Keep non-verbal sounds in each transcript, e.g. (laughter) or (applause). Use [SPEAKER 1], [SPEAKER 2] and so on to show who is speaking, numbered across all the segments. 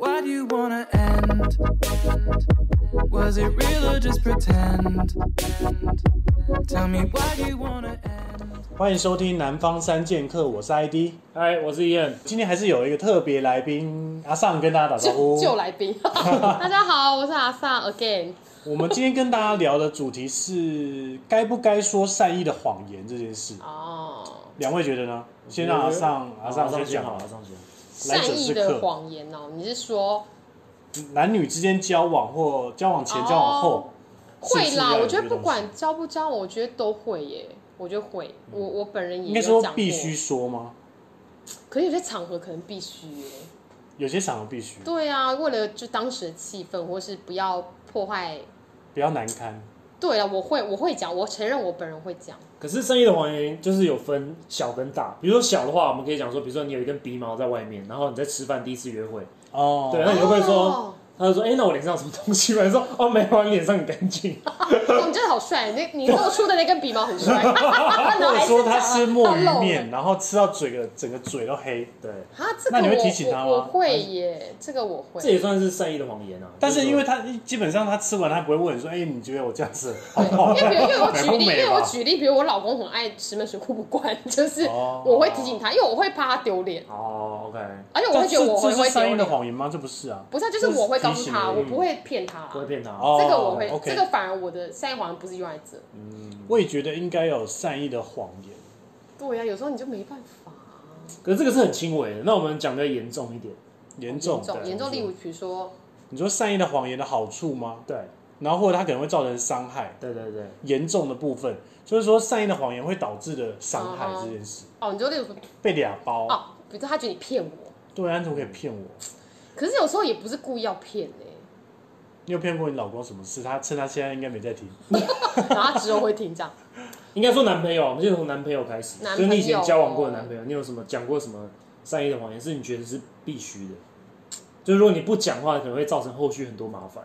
[SPEAKER 1] how'd you wanna end? Was it real or just pretend? Tell me why do you wanna end?
[SPEAKER 2] 欢迎收听《南方三剑客》，我是 ID。
[SPEAKER 3] 嗨，我是燕。
[SPEAKER 2] 今天还是有一个特别来宾阿尚跟大家打招
[SPEAKER 4] 旧
[SPEAKER 2] 呼。
[SPEAKER 4] 旧来宾。大家好，我是阿萨 again。
[SPEAKER 2] (laughs) 我们今天跟大家聊的主题是该不该说善意的谎言这件事。
[SPEAKER 4] 哦，
[SPEAKER 2] 两位觉得呢？先让阿尚阿尚先讲
[SPEAKER 3] 好，
[SPEAKER 2] 好
[SPEAKER 3] 阿
[SPEAKER 2] 了。
[SPEAKER 3] 尚先。
[SPEAKER 2] 来
[SPEAKER 4] 善
[SPEAKER 2] 者
[SPEAKER 4] 意
[SPEAKER 2] 是
[SPEAKER 4] 的
[SPEAKER 2] 客，
[SPEAKER 4] 谎言哦，你是说
[SPEAKER 2] 男女之间交往或交往前、交往后，是不
[SPEAKER 4] 会
[SPEAKER 2] 是
[SPEAKER 4] 啦？
[SPEAKER 2] 要有
[SPEAKER 4] 我觉
[SPEAKER 2] 这个
[SPEAKER 4] 得不
[SPEAKER 2] 东
[SPEAKER 4] 管
[SPEAKER 2] 西
[SPEAKER 4] 交不交往，我觉得都会耶。我觉得会，我我本人也
[SPEAKER 2] 嗯应该
[SPEAKER 4] 有
[SPEAKER 2] 说
[SPEAKER 4] 讲
[SPEAKER 2] 必
[SPEAKER 4] 过
[SPEAKER 2] 须，说吗？
[SPEAKER 4] 可是有些场合可能必须耶。
[SPEAKER 2] 有些场合必须，
[SPEAKER 4] 对啊，为了就当时的气氛，或是不要破坏。
[SPEAKER 2] 比较难堪。
[SPEAKER 4] 对啊，我会我会讲，我承认我本人会
[SPEAKER 2] (laughs)
[SPEAKER 4] 讲。
[SPEAKER 3] 可是善意的谎言就是有分小跟大，比如说小的话，我们可以讲说，比如说你有一根鼻毛在外面，然后你在吃饭第一次约会，
[SPEAKER 2] 哦，
[SPEAKER 3] 对，那你会不会说？
[SPEAKER 4] 哦，
[SPEAKER 3] 他就说，哎、那我脸上有什么东西吗？你 (laughs) 说，哦，没有，你脸上很干净。 (laughs)
[SPEAKER 4] 哦你真的好帅，你你露出的那根鼻毛
[SPEAKER 2] (laughs)
[SPEAKER 4] 很帅。
[SPEAKER 2] 或
[SPEAKER 4] 或
[SPEAKER 2] 者说他吃墨鱼
[SPEAKER 4] 啊
[SPEAKER 2] 面，然后吃到嘴的整个嘴都黑。
[SPEAKER 3] 对，，
[SPEAKER 4] 哈啊这
[SPEAKER 2] 那
[SPEAKER 4] 个
[SPEAKER 2] 你会
[SPEAKER 4] 我
[SPEAKER 2] 提醒他吗
[SPEAKER 4] 我我会耶，这个我
[SPEAKER 3] 这
[SPEAKER 4] 会。
[SPEAKER 3] 也算是善意的谎言啊。
[SPEAKER 2] 但是因为
[SPEAKER 3] 就
[SPEAKER 2] 他基本上他吃完他不会问说，哎、你觉得我这样
[SPEAKER 4] (laughs)
[SPEAKER 2] 子好
[SPEAKER 4] 对
[SPEAKER 2] 不好？
[SPEAKER 4] 因为比如，因为我
[SPEAKER 2] 美
[SPEAKER 4] 举
[SPEAKER 2] 不
[SPEAKER 4] 例，因
[SPEAKER 2] 美
[SPEAKER 4] 为我
[SPEAKER 2] 吧
[SPEAKER 4] 举例，比如我老公很爱石门水库不关， (laughs) 就是
[SPEAKER 2] 哦
[SPEAKER 4] 我会提醒他，因为我会怕他丢脸
[SPEAKER 3] 是，说哦，OK，
[SPEAKER 4] 而且我
[SPEAKER 2] 但
[SPEAKER 4] 会觉得
[SPEAKER 2] 这
[SPEAKER 4] 我
[SPEAKER 2] 这
[SPEAKER 4] 会
[SPEAKER 2] 是
[SPEAKER 4] 会
[SPEAKER 2] 善
[SPEAKER 4] 丢
[SPEAKER 2] 意的
[SPEAKER 4] 脸。
[SPEAKER 2] 谎言吗？这不是啊。
[SPEAKER 4] 不是啊，就是我会告
[SPEAKER 2] 这是
[SPEAKER 4] 诉
[SPEAKER 2] 提醒而
[SPEAKER 4] 他，
[SPEAKER 2] 已
[SPEAKER 4] 我不会骗他。
[SPEAKER 3] 不会骗他。
[SPEAKER 2] 哦
[SPEAKER 4] 这个我会，
[SPEAKER 2] OK
[SPEAKER 4] 这个反而我的善意谎言不是用来这。
[SPEAKER 2] 我也觉得应该有善意的谎言。
[SPEAKER 4] 对啊呀，有时候你就没办法。啊
[SPEAKER 3] 可是这个是很轻微的，那我们讲的严重一点。
[SPEAKER 2] 严重
[SPEAKER 4] 严重，
[SPEAKER 2] 的，
[SPEAKER 4] 严重例如，比如说，
[SPEAKER 2] 你说善意的谎言的好处吗？
[SPEAKER 3] 对，
[SPEAKER 2] 然后或者它可能会造成伤害，
[SPEAKER 3] 对对对，
[SPEAKER 2] 严重的部分就是说善意的谎言会导致的伤害
[SPEAKER 4] 嗯
[SPEAKER 2] 这
[SPEAKER 4] 哼
[SPEAKER 2] 件事，
[SPEAKER 4] 哦，你就例如，
[SPEAKER 2] 被俩包，
[SPEAKER 4] 哦，比如说他觉得你骗我，
[SPEAKER 2] 对啊，你怎么可以骗我？
[SPEAKER 4] 可是有时候也不是故意要骗哎，
[SPEAKER 2] 你有骗过你老公什么事？他趁他现在应该没在听，
[SPEAKER 4] 然后他之后会听这样。
[SPEAKER 3] 应该说男朋友，我们就从男朋友开始，
[SPEAKER 4] 男
[SPEAKER 3] 就
[SPEAKER 4] 朋
[SPEAKER 3] 是
[SPEAKER 4] 友
[SPEAKER 3] 你以前交往过的男朋友，你有什么讲过什么善意的谎言，是你觉得是必须的？就如果你不讲话，可能会造成后续很多麻烦。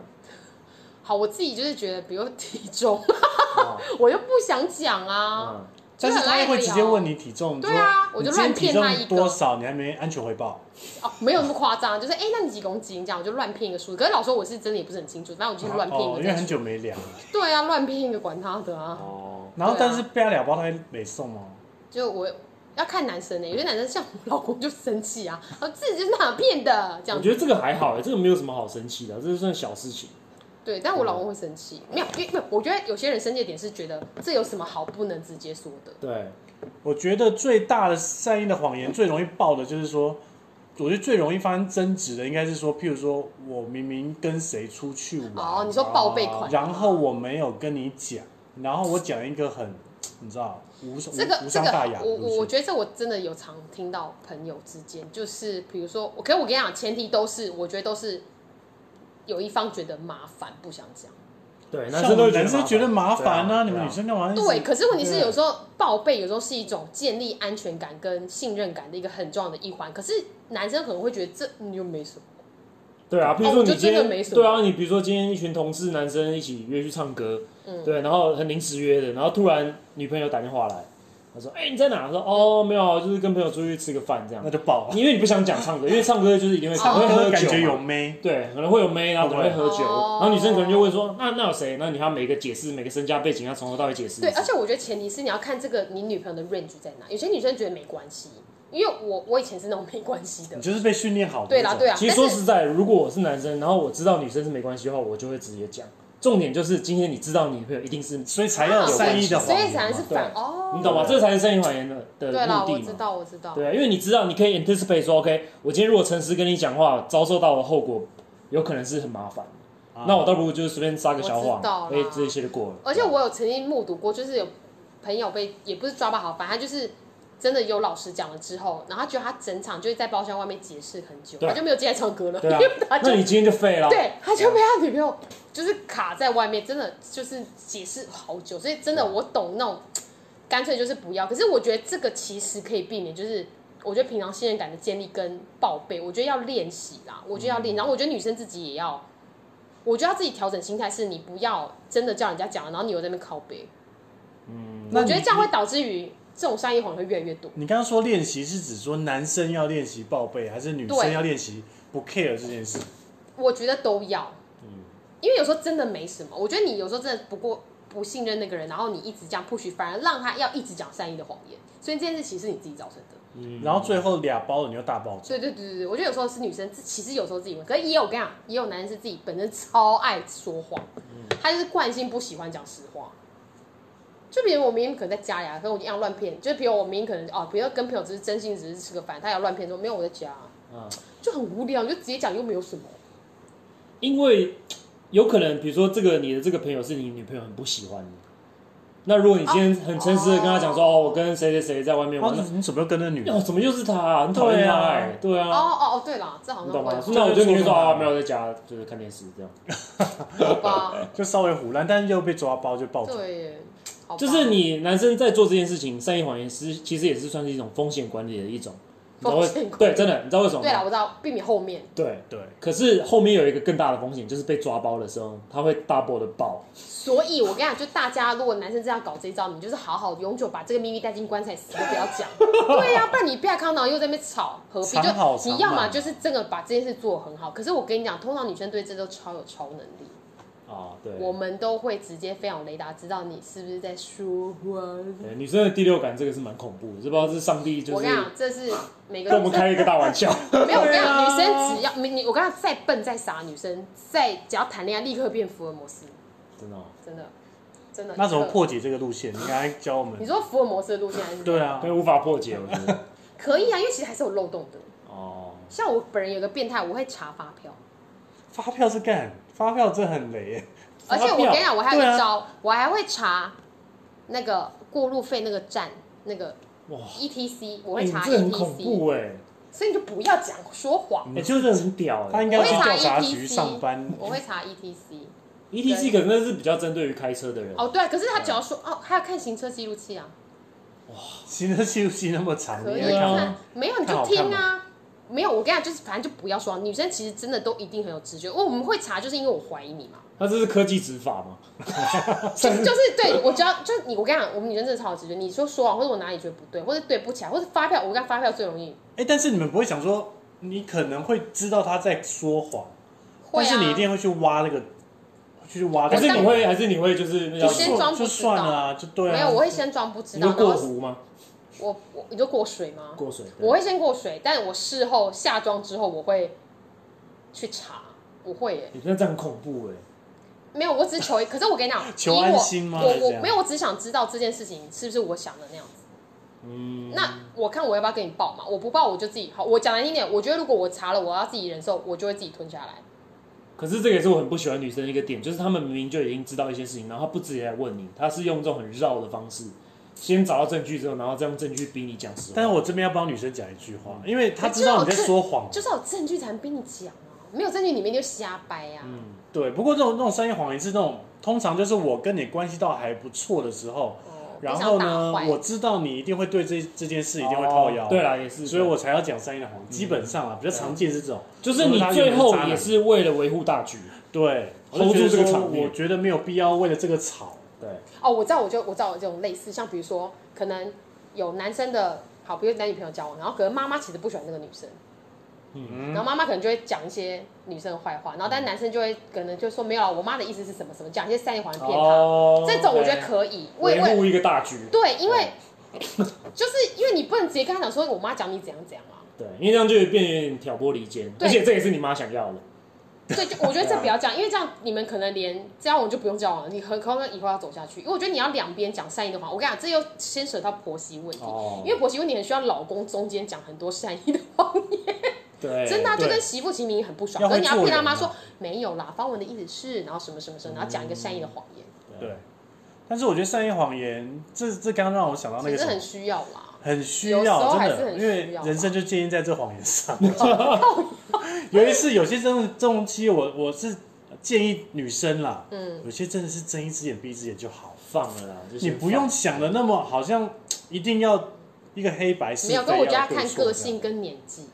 [SPEAKER 4] 好，我自己就是觉得，比如体重，
[SPEAKER 3] 哦
[SPEAKER 4] (laughs) 我就不想讲啊。
[SPEAKER 3] 嗯，
[SPEAKER 4] 就
[SPEAKER 2] 但
[SPEAKER 4] 很
[SPEAKER 2] 是
[SPEAKER 4] 爱聊
[SPEAKER 2] 他会直接问你体重，
[SPEAKER 4] 对啊
[SPEAKER 2] 说
[SPEAKER 4] 我就
[SPEAKER 2] 你今天
[SPEAKER 4] 乱骗他
[SPEAKER 2] 体
[SPEAKER 4] 一
[SPEAKER 2] 重
[SPEAKER 4] 个
[SPEAKER 2] 多少，你还没安全回报，
[SPEAKER 4] 哦，没有那么夸张，就是哎、那你几公斤这样，我就乱骗一个数字。可是老实说我是真的也不是很清楚，反正我就是乱骗一
[SPEAKER 2] 哦，
[SPEAKER 4] 个
[SPEAKER 2] 因为
[SPEAKER 4] 再
[SPEAKER 2] 很
[SPEAKER 4] 说。
[SPEAKER 2] 久没聊了，
[SPEAKER 4] 对啊，乱骗一个，管他的啊。
[SPEAKER 3] 哦，
[SPEAKER 2] 然后
[SPEAKER 4] 对啊
[SPEAKER 2] 但是被他俩包，他会没送哦吗？
[SPEAKER 4] 就我要看男生呢、欸有些男生像我老公就生气啊，啊自己就是哪骗的这
[SPEAKER 3] 我
[SPEAKER 4] 样
[SPEAKER 3] 觉得
[SPEAKER 4] 子。
[SPEAKER 3] 这个还好，欸这个没有什么好生气的，这是算小事情。
[SPEAKER 4] 对，但我老公会生气，没有，因为没有，我觉得有些人生气的点是觉得这有什么好不能直接说的。
[SPEAKER 3] 对，
[SPEAKER 2] 我觉得最大的善意的谎言最容易爆的就是说，我觉得最容易发生争执的应该是说，譬如说我明明跟谁出去玩，
[SPEAKER 4] 哦，你说报备款，
[SPEAKER 2] 然后我没有跟你讲，然后我讲一个很，你知道无伤
[SPEAKER 4] 这个
[SPEAKER 2] 无无
[SPEAKER 4] 这
[SPEAKER 2] 伤
[SPEAKER 4] 个
[SPEAKER 2] 大雅，的
[SPEAKER 4] 我我我
[SPEAKER 2] 东西。
[SPEAKER 4] 觉得这我真的有常听到朋友之间，就是比如说，我可是我跟你讲，前提都是我觉得都是有一方觉得麻烦不想讲，
[SPEAKER 3] 对，男
[SPEAKER 2] 像
[SPEAKER 3] 生
[SPEAKER 2] 我
[SPEAKER 3] 都
[SPEAKER 2] 们
[SPEAKER 3] 会
[SPEAKER 2] 男生觉得麻烦
[SPEAKER 3] 对
[SPEAKER 2] 啊，
[SPEAKER 3] 啊
[SPEAKER 2] 你们女生干嘛一直？
[SPEAKER 4] 对。可是问题是，
[SPEAKER 2] 对
[SPEAKER 4] 有时候报备有时候是一种建立安全感跟信任感的一个很重要的一环，可是男生可能会觉得这你又没什么，
[SPEAKER 3] 对啊，比如说你今
[SPEAKER 4] 哦我觉得这个没
[SPEAKER 3] 天，
[SPEAKER 4] 什么
[SPEAKER 3] 对啊，你比如说今天一群同事男生一起约去唱歌，
[SPEAKER 4] 嗯
[SPEAKER 3] 对，然后很临时约的，然后突然女朋友打电话来，她说：“哎、你在哪？”她说：“哦，没有啊，就是跟朋友出去吃个饭这样
[SPEAKER 2] 那。就爆”了，
[SPEAKER 3] 因为你不想讲唱歌，因为唱歌就是一定会
[SPEAKER 2] 他
[SPEAKER 4] 唱
[SPEAKER 3] 可
[SPEAKER 2] 会
[SPEAKER 3] 能会喝
[SPEAKER 2] 喝
[SPEAKER 3] 酒嘛
[SPEAKER 2] 哦感觉有妹，
[SPEAKER 3] 对，可能会有妹，啊然后可能会喝酒，
[SPEAKER 4] 哦
[SPEAKER 3] 然后女生可能就会说：“那那有谁？”那你还要每个解释每个身家背景，要从头到尾解释一次。
[SPEAKER 4] 对，而啊且我觉得前提是你要看这个你女朋友的 range 在哪，有些女生觉得没关系，因为我我以前是那种没关系的
[SPEAKER 2] 你，就是被训练好的
[SPEAKER 4] 对
[SPEAKER 2] 那
[SPEAKER 4] 啦
[SPEAKER 2] 种。
[SPEAKER 4] 啊对啦，
[SPEAKER 3] 其实
[SPEAKER 4] 但
[SPEAKER 3] 说
[SPEAKER 4] 是
[SPEAKER 3] 实在，如果我是男生，然后我知道女生是没关系的话，我就会直接讲。重点就是今天你知道你女朋友一定是，
[SPEAKER 2] 所以才要有善意的
[SPEAKER 4] 啊所
[SPEAKER 2] 谎
[SPEAKER 4] 以
[SPEAKER 2] 言
[SPEAKER 4] 才
[SPEAKER 2] 嘛。
[SPEAKER 4] 是
[SPEAKER 3] 对
[SPEAKER 4] 反哦，
[SPEAKER 3] 你懂吗？
[SPEAKER 2] 对
[SPEAKER 3] 这个才是善意谎言的的
[SPEAKER 4] 对啦，
[SPEAKER 3] 目
[SPEAKER 4] 我
[SPEAKER 3] 的
[SPEAKER 4] 知
[SPEAKER 3] 嘛。
[SPEAKER 4] 道我知道，
[SPEAKER 3] 对啊，因为你知道，你可以 anticipate 说，OK，我今天如果诚实跟你讲话，遭受到的后果有可能是很麻烦的。
[SPEAKER 2] 啊
[SPEAKER 3] 那我倒不如就是随便撒个小
[SPEAKER 4] 我知道
[SPEAKER 3] 谎，
[SPEAKER 4] 啦
[SPEAKER 3] 哎，这一些就过了。
[SPEAKER 4] 而且我有曾经目睹过，就是有朋友被也不是抓把好，反正他就是真的有老师讲了之后，然后他觉得他整场就是在包厢外面解释很久，
[SPEAKER 3] 对
[SPEAKER 4] 他就没有进来唱歌了，
[SPEAKER 3] 对啊
[SPEAKER 4] (laughs) 因为他，就
[SPEAKER 3] 那你今天就废了。
[SPEAKER 4] 对他就被他女朋友就是卡在外面，真的就是解释好久，所以真的我懂那种干脆就是不要。可是我觉得这个其实可以避免，就是。我觉得平常信任感的建立跟报备，我觉得要练习啦，我觉得要练。然后我觉得女生自己也要，我觉得要自己调整心态，是你不要真的叫人家讲了，然后你又在那边靠背。
[SPEAKER 2] 那
[SPEAKER 4] 我觉得
[SPEAKER 2] 你
[SPEAKER 4] 这样会导致于这种善意谎言会越来越多。
[SPEAKER 2] 你刚刚说练习是指说男生要练习报备，还是女生
[SPEAKER 4] 对
[SPEAKER 2] 要练习不 care 这件事？
[SPEAKER 4] 我觉得都要，因为有时候真的没什么。我觉得你有时候真的不过不信任那个人，然后你一直这样 push，反而让他要一直讲善意的谎言，所以这件事情是你自己造成的。
[SPEAKER 2] 然后最后俩包了你又大爆炸，
[SPEAKER 4] 对对对对对，我觉得有时候是女生，自其实有时候自己会，可是也有我跟你讲，也有男人是自己本身超爱说谎，
[SPEAKER 3] 嗯
[SPEAKER 4] 他就是惯性不喜欢讲实话。就比如我明天可能在家里啊，可能我一样乱骗，就比如我明天可能哦，比如说跟朋友只是真心只是吃个饭，他要乱骗说没有我在家啊、
[SPEAKER 3] 啊，
[SPEAKER 4] 就很无聊，你就直接讲又没有什么。
[SPEAKER 3] 因为有可能，比如说这个你的这个朋友是你女朋友很不喜欢的，那如果你今天很诚实的跟他讲说，哦，我跟谁谁谁在外面
[SPEAKER 2] 然后
[SPEAKER 3] 玩，
[SPEAKER 2] 你
[SPEAKER 3] 那
[SPEAKER 2] 你怎么又跟那女
[SPEAKER 3] 哦，
[SPEAKER 2] 的？
[SPEAKER 3] 怎么又是他、啊？很讨厌他哎、对
[SPEAKER 4] 哦
[SPEAKER 3] 啊，
[SPEAKER 4] 哦哦，对啦，这好
[SPEAKER 3] 你
[SPEAKER 4] 像
[SPEAKER 3] 懂
[SPEAKER 4] 会
[SPEAKER 3] 吗？
[SPEAKER 4] 哦
[SPEAKER 3] 那我就宁愿说
[SPEAKER 2] 这
[SPEAKER 3] 啊，
[SPEAKER 2] 种
[SPEAKER 3] 没有在家，就是看电视这样。
[SPEAKER 4] 好
[SPEAKER 3] (laughs)
[SPEAKER 4] 吧，
[SPEAKER 2] 就稍微胡乱，但是又被抓包就爆炸。
[SPEAKER 4] 对耶，好吧
[SPEAKER 3] 就是你男生在做这件事情，善意谎言是其实也是算是一种风险管理的一种，你知道为
[SPEAKER 4] 风险管理
[SPEAKER 3] 对，真的，你知道为什么
[SPEAKER 4] 对啦，我
[SPEAKER 3] 吗？
[SPEAKER 4] 知道，避免后面
[SPEAKER 3] 对。
[SPEAKER 2] 对，
[SPEAKER 3] 可是后面有一个更大的风险，就是被抓包的时候，他会 double 的爆。
[SPEAKER 4] 所以，我跟你讲，就大家如果男生这样搞这一招，你就是好好永久把这个秘密带进棺材，死都不要
[SPEAKER 2] (laughs)
[SPEAKER 4] 讲。对呀、不然你不要看到又在那边吵，何必？
[SPEAKER 2] 藏好
[SPEAKER 4] 就
[SPEAKER 2] 藏
[SPEAKER 4] 你要么
[SPEAKER 2] 满
[SPEAKER 4] 就是真的把这件事做得很好。可是我跟你讲，通常女生对这都超有超能力，
[SPEAKER 3] 啊，对。
[SPEAKER 4] 我们都会直接非常雷达知道你是不是在说谎。
[SPEAKER 3] 对，女生的第六感这个是蛮恐怖的，这不知道是上帝就
[SPEAKER 4] 我
[SPEAKER 3] 是
[SPEAKER 4] 跟你讲，这是每个
[SPEAKER 3] 跟我
[SPEAKER 4] 女
[SPEAKER 3] 们
[SPEAKER 4] 生
[SPEAKER 3] 开一个大玩
[SPEAKER 4] (laughs)
[SPEAKER 3] 笑。
[SPEAKER 4] 没有。我跟你
[SPEAKER 2] (laughs)
[SPEAKER 4] 讲，女生只要你你，我跟你讲，再笨再傻，女生再只要谈恋爱，立刻变福尔摩斯，
[SPEAKER 3] 真的哦、
[SPEAKER 4] 真的，真的。
[SPEAKER 2] 那怎么
[SPEAKER 4] 立刻？
[SPEAKER 2] 破解这个路线？你刚才教我
[SPEAKER 4] 你
[SPEAKER 2] 们。
[SPEAKER 4] 说福尔摩斯的路线还是？
[SPEAKER 2] 对啊，
[SPEAKER 3] 因为无法破解，我觉
[SPEAKER 4] (laughs)
[SPEAKER 3] 得。
[SPEAKER 4] 可以啊，因为其实还是有漏洞的。
[SPEAKER 3] 哦，
[SPEAKER 4] 像我本人有个变态，我会查发票，
[SPEAKER 2] 发票是干，发票真的很雷 (laughs) 耶。
[SPEAKER 4] 而且我跟你讲，我还有
[SPEAKER 2] 对啊
[SPEAKER 4] 一招，我还会查那个过路费那个站那个
[SPEAKER 3] 哇，
[SPEAKER 4] ETC，我
[SPEAKER 3] 哎
[SPEAKER 4] 会
[SPEAKER 3] 你
[SPEAKER 4] 查 E
[SPEAKER 3] 这很恐
[SPEAKER 4] ETC，
[SPEAKER 3] 怖哎，
[SPEAKER 4] 所以你就不要讲说谎。
[SPEAKER 3] 你就是很屌
[SPEAKER 2] 他
[SPEAKER 3] 哎
[SPEAKER 2] 应。
[SPEAKER 4] 我
[SPEAKER 2] 该
[SPEAKER 4] 会
[SPEAKER 2] 去
[SPEAKER 4] 查
[SPEAKER 2] 调查局
[SPEAKER 4] ETC，
[SPEAKER 2] 上班。
[SPEAKER 4] 我会查 E ETC。
[SPEAKER 3] ETC E 可能那是比较针对于开车的人。
[SPEAKER 4] 哦，对，可是他只要说哦，还要看行车记录器啊，
[SPEAKER 2] 行车记录器那么长，
[SPEAKER 4] 可
[SPEAKER 2] 你
[SPEAKER 4] 以啊
[SPEAKER 2] 还看
[SPEAKER 4] 看
[SPEAKER 2] 吗？，
[SPEAKER 4] 没有你就听啊。没有，我跟你讲，就是反正就不要说。女生其实真的都一定很有直觉，因为我们会查，就是因为我怀疑你嘛。
[SPEAKER 3] 那这是科技执法吗？
[SPEAKER 4] 就就是对我只要就是你，我跟你讲，我们女生真的超有直觉。你说说谎，或者我哪里觉得不对，或者对不起啊来，或者发票，我跟发票最容易。
[SPEAKER 2] 哎，但是你们不会想说，你可能会知道他在说谎，
[SPEAKER 4] 会
[SPEAKER 2] 但
[SPEAKER 4] 啊，
[SPEAKER 2] 是你一定会去挖那个，去挖
[SPEAKER 3] 还
[SPEAKER 2] 那
[SPEAKER 3] 是
[SPEAKER 2] 个。
[SPEAKER 3] 你会，还是你会就是那叫
[SPEAKER 4] 就
[SPEAKER 2] 就
[SPEAKER 3] 什
[SPEAKER 4] 先
[SPEAKER 3] 么？
[SPEAKER 4] 装
[SPEAKER 2] 算
[SPEAKER 4] 不知道
[SPEAKER 2] 就算了啊，就对啊。
[SPEAKER 4] 没有，我会先装不知
[SPEAKER 3] 你
[SPEAKER 4] 道，
[SPEAKER 3] 会过
[SPEAKER 4] 然后
[SPEAKER 3] 湖吗？
[SPEAKER 4] 我我你就过水吗？
[SPEAKER 3] 过水。对
[SPEAKER 4] 我会先过水，但我事后下妆之后，我会去查，我会耶。
[SPEAKER 3] 你那这样很恐怖哎。
[SPEAKER 4] 没有，我只是求一，可是我跟你讲，
[SPEAKER 2] (laughs) 求
[SPEAKER 4] 以我
[SPEAKER 2] 安心吗
[SPEAKER 4] 我
[SPEAKER 2] 还是
[SPEAKER 4] 我
[SPEAKER 2] 怎样
[SPEAKER 4] 没有，我只想知道这件事情是不是我想的那样子。嗯，那我看我要不要跟你报嘛？我不报，我就自己好。我讲难听点，我觉得如果我查了，我要自己忍受，我就会自己吞下来。
[SPEAKER 3] 可是这个也是我很不喜欢女生的一个点，就是她们明明就已经知道一些事情，然后她不直接来问你，她是用这种很绕的方式，先找到证据之后，然后再用证据逼你讲实话。
[SPEAKER 2] 但是我这边要帮女生讲一句话，因为她知道你在说谎。
[SPEAKER 4] 嗯就是要有证据才能逼你讲啊，没有证据你们就瞎掰啊呀、
[SPEAKER 2] 对，不过这种这种商业谎言是那种，通常就是我跟你关系到还不错的时候，
[SPEAKER 4] 哦，
[SPEAKER 2] 然后
[SPEAKER 4] 不想
[SPEAKER 2] 呢
[SPEAKER 4] 打，坏
[SPEAKER 2] 我知道你一定会对这这件事一定会靠腰，
[SPEAKER 3] 哦对啦，也是，嗯
[SPEAKER 2] 所以我才要讲商业的谎言。基本上啊，比较常见是这种，
[SPEAKER 3] 就是你最
[SPEAKER 2] 或
[SPEAKER 3] 后
[SPEAKER 2] 者他原本渣
[SPEAKER 3] 也
[SPEAKER 2] 男
[SPEAKER 3] 是为了维护大局，
[SPEAKER 2] 对
[SPEAKER 3] hold 住这
[SPEAKER 2] 我就觉
[SPEAKER 3] 个场
[SPEAKER 2] 得说
[SPEAKER 3] 面
[SPEAKER 2] 我觉得没有必要为了这个吵。
[SPEAKER 3] 对，
[SPEAKER 4] 哦，我知道，我就我知道有这种类似，像比如说可能有男生的好，比如男女朋友交往，然后可能妈妈其实不喜欢那个女生，嗯，然后妈妈可能就会讲一些女生的坏话，然
[SPEAKER 2] 嗯
[SPEAKER 4] 后但男生就会可能就说没有啊，我妈的意思是什么什么，讲一些善意谎言骗她，
[SPEAKER 3] 哦
[SPEAKER 4] 这种我觉得可以，为
[SPEAKER 3] 维
[SPEAKER 4] 为
[SPEAKER 3] 护一个大局，
[SPEAKER 4] 对，因为 (laughs) 就是因为你不能直接跟他讲说我妈讲你怎样怎样啊，
[SPEAKER 3] 对，因为这样就变得有点挑拨离间，
[SPEAKER 4] 对
[SPEAKER 3] 而且这也是你妈想要的，
[SPEAKER 4] 对，就我觉得这不要讲，因为这样你们可能连这样我们就不用交往了，你何况以后要走下去。因为我觉得你要两边讲善意的话，我跟你讲，这又牵扯到婆媳问题，
[SPEAKER 3] 哦
[SPEAKER 4] 因为婆媳问题很需要老公中间讲很多善意的话，
[SPEAKER 3] 对，
[SPEAKER 4] (laughs) 真的啊、
[SPEAKER 2] 哎对
[SPEAKER 4] 就跟媳妇情明很不爽，
[SPEAKER 2] 要
[SPEAKER 4] 可
[SPEAKER 2] 会
[SPEAKER 4] 是你要
[SPEAKER 2] 做
[SPEAKER 4] 骗他
[SPEAKER 2] 人
[SPEAKER 4] 妈
[SPEAKER 2] 啊
[SPEAKER 4] 说没有啦，方文的意思是，然后什么什么什么，然后讲一个善意的谎言，
[SPEAKER 2] 对，但是我觉得商业谎言，这这刚让我想哦到那个
[SPEAKER 4] 其实
[SPEAKER 2] 什
[SPEAKER 4] 很
[SPEAKER 2] 么。
[SPEAKER 4] 需要啦。
[SPEAKER 2] 很需
[SPEAKER 4] 有时候
[SPEAKER 2] 要，
[SPEAKER 4] 还
[SPEAKER 2] 真
[SPEAKER 4] 是
[SPEAKER 2] 的，
[SPEAKER 4] 很
[SPEAKER 2] 因为
[SPEAKER 4] 需要吧
[SPEAKER 2] 人生就建立在这谎言上。 (laughs) 有一次，有些真的这种东西，我我是建议女生啦，
[SPEAKER 4] 嗯，
[SPEAKER 2] 有些真的是睁一只眼闭一只眼就好，
[SPEAKER 3] 放了啦，就
[SPEAKER 2] 你
[SPEAKER 3] 先
[SPEAKER 2] 不用
[SPEAKER 3] 放
[SPEAKER 2] 想的那么好像一定要一个黑白是
[SPEAKER 4] 没
[SPEAKER 2] 非
[SPEAKER 4] 有，跟我觉得要
[SPEAKER 2] 要啊对
[SPEAKER 4] 看
[SPEAKER 2] 错
[SPEAKER 4] 个
[SPEAKER 2] 这样
[SPEAKER 4] 性。跟年纪。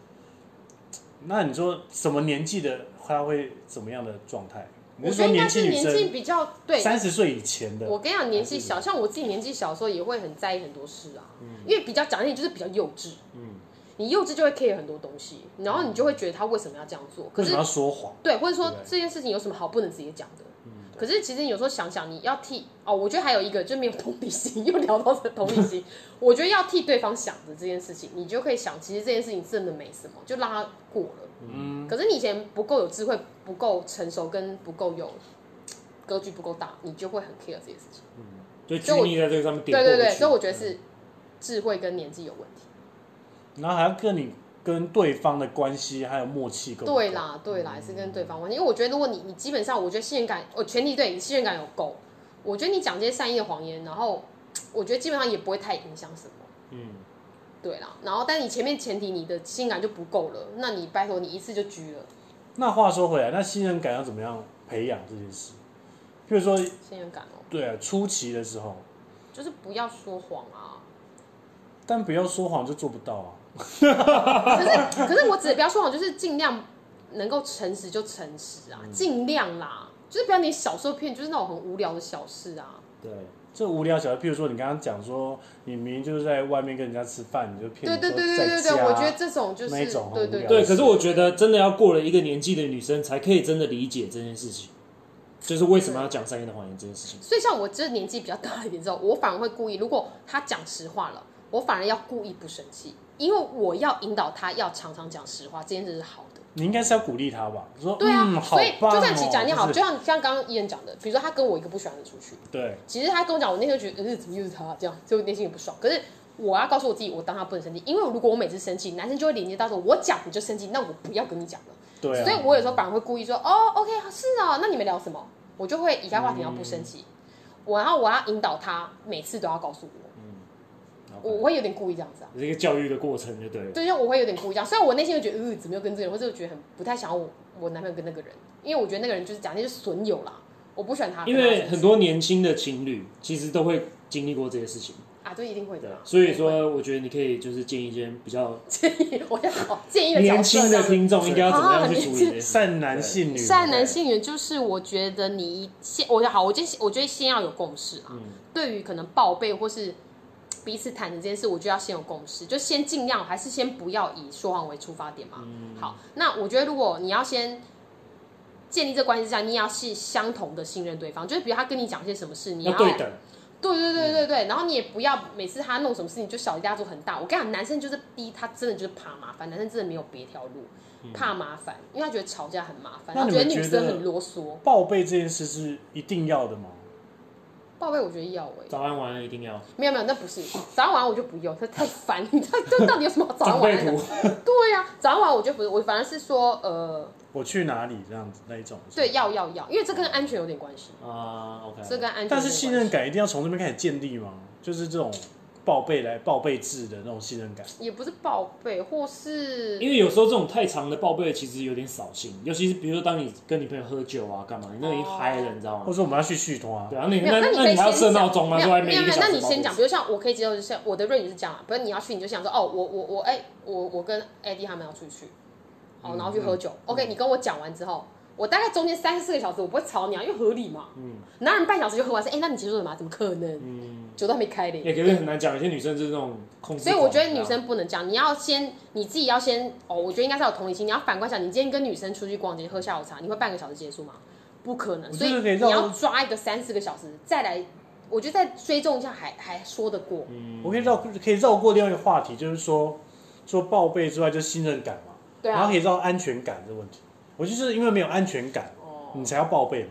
[SPEAKER 2] 那你说什么年纪的他会怎么样的状态？你
[SPEAKER 4] 我
[SPEAKER 2] 是
[SPEAKER 4] 觉得
[SPEAKER 2] 说
[SPEAKER 4] 应该
[SPEAKER 2] 年
[SPEAKER 4] 是
[SPEAKER 2] 纪女
[SPEAKER 4] 年纪
[SPEAKER 2] 生
[SPEAKER 4] 比较对，
[SPEAKER 2] 三十岁以前的
[SPEAKER 4] 我跟你讲，年纪小，像我自己年纪小的时候也会很在意很多事啊，因为比较讲一点就是比较幼稚，嗯，你幼稚就会 care 很多东西，然后你就会觉得他为什么要这样做？可
[SPEAKER 2] 为什
[SPEAKER 4] 是
[SPEAKER 2] 么要说谎？
[SPEAKER 4] 对，或者说
[SPEAKER 2] 嗯对嗯不对
[SPEAKER 4] 这件事情有什么好不能直接讲的？可是其实你有时候想想，你要替哦，我觉得还有一个就没有同理心， (laughs) 又聊到这同理心，我觉得要替对方想着这件事情，你就可以想，其实这件事情真的没什么，就让它过了。
[SPEAKER 2] 嗯，
[SPEAKER 4] 可是你以前不够有智慧，不够成熟，跟不够有格局不够大，你就会很 care 这件事情。
[SPEAKER 3] 就拘泥在这个上面点
[SPEAKER 4] 对对
[SPEAKER 3] 过
[SPEAKER 4] 对，
[SPEAKER 3] 去嗯
[SPEAKER 4] 所以我觉得是智慧跟年纪有问题。
[SPEAKER 2] 然后还要跟你跟对方的关系还有默契够不够
[SPEAKER 4] 对，啦，对
[SPEAKER 3] 嗯
[SPEAKER 4] 啦，也是跟对方关系。因为我觉得，如果你你基本上，我觉得信任感，哦，前提对你信任感有够，我觉得你讲这些善意的谎言，然后我觉得基本上也不会太影响什么。
[SPEAKER 3] 嗯，
[SPEAKER 4] 对啦，然后但你前面前提你的信任感就不够了，那你拜托你一次就拘了
[SPEAKER 2] 那话说回来，那信任感要怎么样培养这件事？譬如说，
[SPEAKER 4] 信任感哦，
[SPEAKER 2] 对啊，初期的时候，
[SPEAKER 4] 就是不要说谎啊。
[SPEAKER 2] 但不要说谎就做不到啊。
[SPEAKER 4] 可是可是我指的不要说谎，就是尽量能够诚实就诚实
[SPEAKER 3] 嗯
[SPEAKER 4] 啊，尽量啦，就是不要你小时候骗，就是那种很无聊的小事啊。
[SPEAKER 2] 对，这无聊小，譬如说你刚刚讲说，你明明就是在外面跟人家吃饭，你就骗
[SPEAKER 4] 对
[SPEAKER 2] 人
[SPEAKER 4] 对
[SPEAKER 2] 说
[SPEAKER 4] 对对对
[SPEAKER 2] 在
[SPEAKER 4] 对，
[SPEAKER 2] 家
[SPEAKER 4] 我觉得这种就是
[SPEAKER 2] 那一种很
[SPEAKER 4] 对
[SPEAKER 2] 无
[SPEAKER 4] 对
[SPEAKER 2] 聊
[SPEAKER 4] 对
[SPEAKER 2] 的
[SPEAKER 3] 对。可是我觉得真的要过了一个年纪的女生，才可以真的理解这件事情，就是为什么要讲善意的谎言这件事情。
[SPEAKER 4] 所以像我这年纪比较大一点之后，我反而会故意，如果他讲实话了，我反而要故意不生气，因为我要引导他要常常讲实话，这件事是好的。
[SPEAKER 2] 你应该是要鼓励他吧？说
[SPEAKER 4] 对啊，
[SPEAKER 2] 嗯、好
[SPEAKER 4] 所以
[SPEAKER 2] 棒
[SPEAKER 4] 就算其实讲你好，
[SPEAKER 2] 哦
[SPEAKER 4] 就是像像刚刚伊人讲的，比如说他跟我一个不喜欢的出去，
[SPEAKER 2] 对
[SPEAKER 4] 其实他跟我讲，我那时候觉得，呃，怎么又是他这样，所以我内心也不爽。可是我要告诉我自己，我当他不能生气，因为如果我每次生气，男生就会连接到说，我讲你就生气，那我不要跟你讲了。
[SPEAKER 2] 对啊，
[SPEAKER 4] 所以我有时候反而会故意说，哦，OK，是哦，那你们聊什么？我就会移开话题，然后不生气。我然后我要引导他，每次都要告诉我，
[SPEAKER 3] 嗯
[SPEAKER 4] 我我会有点故意这样子啊。
[SPEAKER 3] 这是一个教育的过程，就对了。
[SPEAKER 4] 对，就我会有点故意这样，虽然我内心会觉得，呃，怎么又跟这个人，或者我觉得很不太想要我我男朋友跟那个人，因为我觉得那个人就是讲那就是损友啦，我不喜欢他。
[SPEAKER 3] 因为很多年轻的情侣其实都会经历过这些事情，
[SPEAKER 4] 啊，对，一定会的
[SPEAKER 3] 对
[SPEAKER 4] 啦。
[SPEAKER 3] 所以说我觉得你可以就是建议一些比较
[SPEAKER 4] 建议 (laughs) 我要好建议的角
[SPEAKER 3] 年
[SPEAKER 4] 色
[SPEAKER 3] 轻
[SPEAKER 4] 这
[SPEAKER 3] 的
[SPEAKER 4] 样子
[SPEAKER 3] 听众应该要怎么样去处
[SPEAKER 4] (laughs)
[SPEAKER 3] 理这件事。
[SPEAKER 2] 善男信女，
[SPEAKER 4] 善男信女就是我觉得你先，我好，我今天我觉得先要有共识
[SPEAKER 3] 嗯
[SPEAKER 4] 啊。对于可能报备或是彼此谈的这件事，我觉得要先有共识，就先尽量还是先不要以说谎为出发点嘛。
[SPEAKER 3] 嗯
[SPEAKER 4] 好，那我觉得如果你要先建立这关系之下，你也要是相同的信任对方，就是比如他跟你讲些什么事，你
[SPEAKER 3] 要对等，
[SPEAKER 4] 对对对
[SPEAKER 2] 嗯
[SPEAKER 4] 对对，然后你也不要每次他弄什么事情就小题大做很大。我跟你讲，男生就是第一，他真的就是怕麻烦，男生真的没有别条路，怕麻烦，因为他觉得吵架很麻烦，
[SPEAKER 2] 嗯那
[SPEAKER 4] 他
[SPEAKER 2] 你
[SPEAKER 4] 觉得
[SPEAKER 2] 们
[SPEAKER 4] 女
[SPEAKER 2] 觉
[SPEAKER 4] 生
[SPEAKER 2] 得
[SPEAKER 4] 很啰嗦。
[SPEAKER 2] 报备这件事是一定要的吗？
[SPEAKER 4] 报备我觉得要哎、
[SPEAKER 3] 早安晚安一定要。
[SPEAKER 4] 没有没有，那不是早上晚上我就不用，他太烦， (laughs) 你知道
[SPEAKER 2] (laughs)
[SPEAKER 4] 这到底有什么好早上
[SPEAKER 3] 长
[SPEAKER 4] 晚
[SPEAKER 3] 辈
[SPEAKER 4] 安的？
[SPEAKER 3] 图，
[SPEAKER 4] 对呀、早上晚上我就不是，我反而是说呃，
[SPEAKER 2] 我去哪里这样子那一种？
[SPEAKER 4] 对，。要要要，因为这跟安全有点关系， (laughs)
[SPEAKER 3] 啊，OK、o
[SPEAKER 4] 这
[SPEAKER 3] k
[SPEAKER 4] 跟安全有点关系。
[SPEAKER 2] 但是信任感一定要从这边开始建立吗？就是这种报备来报备制的那种信任感。
[SPEAKER 4] 也不是报备，或是
[SPEAKER 3] 因为有时候这种太长的报备其实有点扫兴，尤其是比如说当你跟你朋友喝酒啊，干嘛，你那个已经嗨了，你知道
[SPEAKER 4] 嗯
[SPEAKER 2] 或
[SPEAKER 3] 吗？
[SPEAKER 2] 者我们要去续通啊
[SPEAKER 3] 对，啊，那你
[SPEAKER 4] 哦没有，那你可
[SPEAKER 3] 那
[SPEAKER 4] 以
[SPEAKER 3] 你还要
[SPEAKER 4] 先
[SPEAKER 3] 设
[SPEAKER 4] 讲，
[SPEAKER 3] 闹钟吗？
[SPEAKER 4] 没有
[SPEAKER 3] 在外
[SPEAKER 4] 没有
[SPEAKER 3] 面一
[SPEAKER 4] 没
[SPEAKER 3] 个小，
[SPEAKER 4] 有
[SPEAKER 3] 时
[SPEAKER 4] 那你先
[SPEAKER 3] 报
[SPEAKER 4] 讲，
[SPEAKER 3] 备
[SPEAKER 4] 比如像我可以接受，就是像我的润语是这样啊，比如你要去，你就想说，哦，我我我哎、我我跟 AD 他们要出去，哦，然后去
[SPEAKER 3] 嗯
[SPEAKER 4] 喝酒。OK，你跟我讲完之后，我大概中间三四个小时我不会吵你啊，因为合理嘛。嗯，哪有人半小时就喝完？是哎、那你结束了吗？怎么可能？嗯，酒都还没开嘞。
[SPEAKER 3] 也可是很难讲，有些女生就是那种控制
[SPEAKER 4] 所
[SPEAKER 3] 狂。
[SPEAKER 4] 以我觉得
[SPEAKER 3] 你
[SPEAKER 2] 啊
[SPEAKER 3] 知道吗
[SPEAKER 4] 女生不能这样，你要先你自己要先哦，我觉得应该是要有同理心。你要反观想，你今天跟女生出去逛街喝下午茶，你会半个小时结束吗？不可能，
[SPEAKER 2] 我
[SPEAKER 4] 所
[SPEAKER 2] 觉得可以哦
[SPEAKER 4] 你
[SPEAKER 2] 绕
[SPEAKER 4] 要抓一个三四个小时再来，我觉得再追踪一下还还说得过。
[SPEAKER 2] 我可以绕可以绕过另外一个话题，就是说说报备之外就是信任感嘛，
[SPEAKER 4] 对
[SPEAKER 2] 然后
[SPEAKER 4] 啊
[SPEAKER 2] 可，以绕安全感这个问题。我就是因为没有安全感，
[SPEAKER 4] 哦，
[SPEAKER 2] 你才要报备嘛。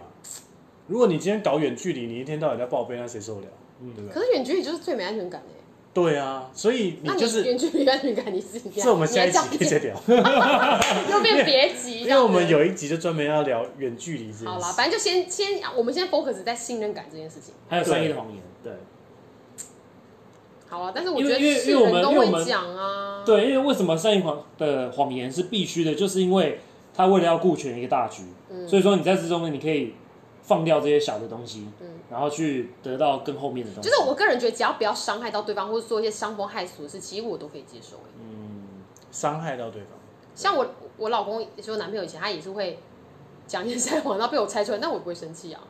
[SPEAKER 2] 如果你今天搞远距离，你一天到晚在报备，那谁受得了？嗯对不对？
[SPEAKER 4] 可是远距离就是最没安全感的耶。
[SPEAKER 2] 对啊，所以你
[SPEAKER 4] 那
[SPEAKER 2] 就
[SPEAKER 4] 远
[SPEAKER 2] 是
[SPEAKER 4] 距离安全感你是怎样？
[SPEAKER 2] 这我们下一集
[SPEAKER 4] 你
[SPEAKER 2] 可以
[SPEAKER 4] 还
[SPEAKER 2] 再
[SPEAKER 4] 讲
[SPEAKER 2] 聊，
[SPEAKER 4] (laughs) 又变别
[SPEAKER 2] (laughs)
[SPEAKER 4] 急，
[SPEAKER 2] 因
[SPEAKER 4] 这
[SPEAKER 2] 为
[SPEAKER 4] 样子
[SPEAKER 2] 我们有一集就专门要聊远距离这件
[SPEAKER 4] 好啦，
[SPEAKER 2] 事。
[SPEAKER 4] 反正就先先我们先 focus 在信任感这件事情。
[SPEAKER 3] 还有善意的谎言，对
[SPEAKER 4] 好啊，但是我
[SPEAKER 3] 因
[SPEAKER 4] 觉
[SPEAKER 3] 为
[SPEAKER 4] 得
[SPEAKER 3] 因为
[SPEAKER 4] 是
[SPEAKER 3] 因为我
[SPEAKER 4] 人
[SPEAKER 3] 们
[SPEAKER 4] 都
[SPEAKER 3] 因为我
[SPEAKER 4] 会
[SPEAKER 3] 们
[SPEAKER 4] 讲啊。
[SPEAKER 3] 对，因为为什么善意谎的谎言是必须的，就是因为他为了要顾全一个大局，
[SPEAKER 4] 嗯
[SPEAKER 3] 所以说你在之中呢，你可以放掉这些小的东西，然后去得到更后面的东西。
[SPEAKER 4] 嗯就是我个人觉得，只要不要伤害到对方，或者做一些伤风害俗的事，其实我都可以接受。
[SPEAKER 3] 嗯
[SPEAKER 4] 欸
[SPEAKER 2] 伤害到对方，
[SPEAKER 4] 像我，
[SPEAKER 3] 嗯
[SPEAKER 4] 我老公就男朋友以前他也是会讲一些谎，然后被我猜出来，但我也不会生气啊。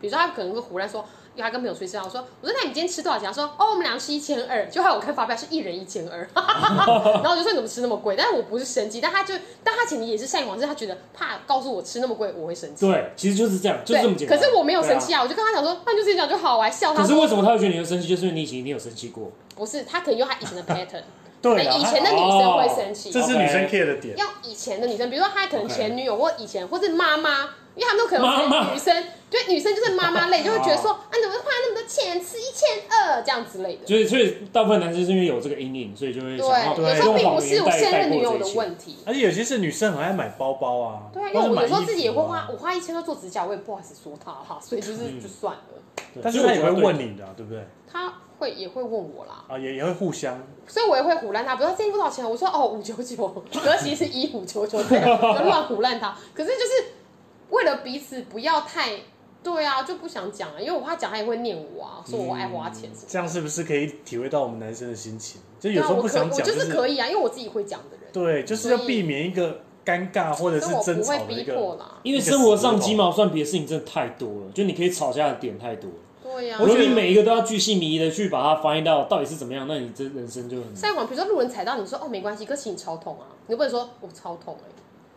[SPEAKER 4] 比如说他可能会胡乱说，因为他跟朋友出去吃饭，我说我说那你今天吃多少钱？他说哦，我们俩吃一千二，就害我看发票是一人一千
[SPEAKER 3] (laughs)
[SPEAKER 4] 二，然后我就说你怎么吃那么贵？但是我不是生气，但他就但他前提也是善意往是他觉得怕告诉我吃那么贵我会生气，
[SPEAKER 3] 对，其实就是这样，就
[SPEAKER 4] 对，
[SPEAKER 3] 是这么简
[SPEAKER 4] 可
[SPEAKER 3] 单。
[SPEAKER 4] 是我没有生气
[SPEAKER 3] 对啊。
[SPEAKER 4] 啊，我就跟他讲说，那你就自己讲就好，我还笑他
[SPEAKER 3] 可是
[SPEAKER 4] 说
[SPEAKER 3] 为什么他会觉得你会生气？就是因为你以前一定有生气过。
[SPEAKER 4] 不是，他可能用他以前的 pattern，
[SPEAKER 2] 对啦
[SPEAKER 3] 啊
[SPEAKER 2] 哦
[SPEAKER 4] 以前的女生会生气，
[SPEAKER 2] 这是女生 care 的点。
[SPEAKER 4] 要以前的女生，比如说她可能
[SPEAKER 3] 哦 OK
[SPEAKER 4] 前女友或以前或是妈妈，因为他们都可能
[SPEAKER 3] 妈哦妈
[SPEAKER 4] 是女生，对女生就是妈妈类，就会觉得说啊，你怎么花那么多钱吃一千二这样之类的。
[SPEAKER 3] 所以，所以大部分男生是因为有这个阴影，所以就会
[SPEAKER 4] 对，
[SPEAKER 3] 想要
[SPEAKER 4] 有时候
[SPEAKER 3] 用
[SPEAKER 4] 并不
[SPEAKER 3] 谎
[SPEAKER 4] 是
[SPEAKER 3] 言
[SPEAKER 4] 我
[SPEAKER 3] 带
[SPEAKER 4] 现
[SPEAKER 3] 带
[SPEAKER 4] 任女
[SPEAKER 3] 过
[SPEAKER 4] 友
[SPEAKER 3] 这
[SPEAKER 4] 的
[SPEAKER 3] 一切。
[SPEAKER 4] 问题。
[SPEAKER 2] 而且有些是女生很爱买包包啊，
[SPEAKER 4] 对啊，因为
[SPEAKER 2] 或是
[SPEAKER 4] 我
[SPEAKER 2] 买
[SPEAKER 4] 有时候
[SPEAKER 2] 衣服
[SPEAKER 4] 自己也会花
[SPEAKER 2] 啊，
[SPEAKER 4] 我花一千多做指甲，我也不好意思说他哈，所以
[SPEAKER 3] 嗯
[SPEAKER 4] 就是就算了。
[SPEAKER 3] 对
[SPEAKER 2] 但是
[SPEAKER 3] 所
[SPEAKER 2] 她
[SPEAKER 3] 以我
[SPEAKER 2] 也
[SPEAKER 3] 觉
[SPEAKER 2] 会
[SPEAKER 3] 得
[SPEAKER 2] 问你的啊，对不对？
[SPEAKER 4] 他会也会问我啦，
[SPEAKER 2] 啊，也也会互相，
[SPEAKER 4] 所以我也会胡乱他，比如说这件多少钱，我说哦五九九，可是其实是一五九九这样，就乱胡乱他。可是就是为了彼此不要太，对啊，就不想讲啊，因为我怕讲他也会念我啊，说我爱花钱什么的。
[SPEAKER 2] 这样是不是可以体会到我们男生的心情？就
[SPEAKER 4] 对
[SPEAKER 2] 嗯有
[SPEAKER 4] 啊，
[SPEAKER 2] 时候
[SPEAKER 4] 我
[SPEAKER 2] 不
[SPEAKER 4] 可
[SPEAKER 2] 想
[SPEAKER 4] 我
[SPEAKER 2] 讲，
[SPEAKER 4] 就
[SPEAKER 2] 就是
[SPEAKER 4] 可以啊，因为我自己会讲的人，
[SPEAKER 2] 对，就是要避免一个尴尬或者
[SPEAKER 4] 所
[SPEAKER 2] 是
[SPEAKER 4] 以我
[SPEAKER 2] 争
[SPEAKER 4] 不会
[SPEAKER 2] 吵的一
[SPEAKER 4] 逼
[SPEAKER 2] 个。
[SPEAKER 4] 迫啦。
[SPEAKER 3] 因为生活上鸡毛蒜皮的事情真的太多了，就你可以吵架的点太多了。
[SPEAKER 4] 对呀、
[SPEAKER 3] 如
[SPEAKER 4] 啊。
[SPEAKER 3] 果你每一个都要巨细靡遗的去把它翻译到到底是怎么样，那你这人生就很
[SPEAKER 4] 赛网，比如说路人踩到你说哦没关系，可是你超痛啊，你不能说我超痛哎、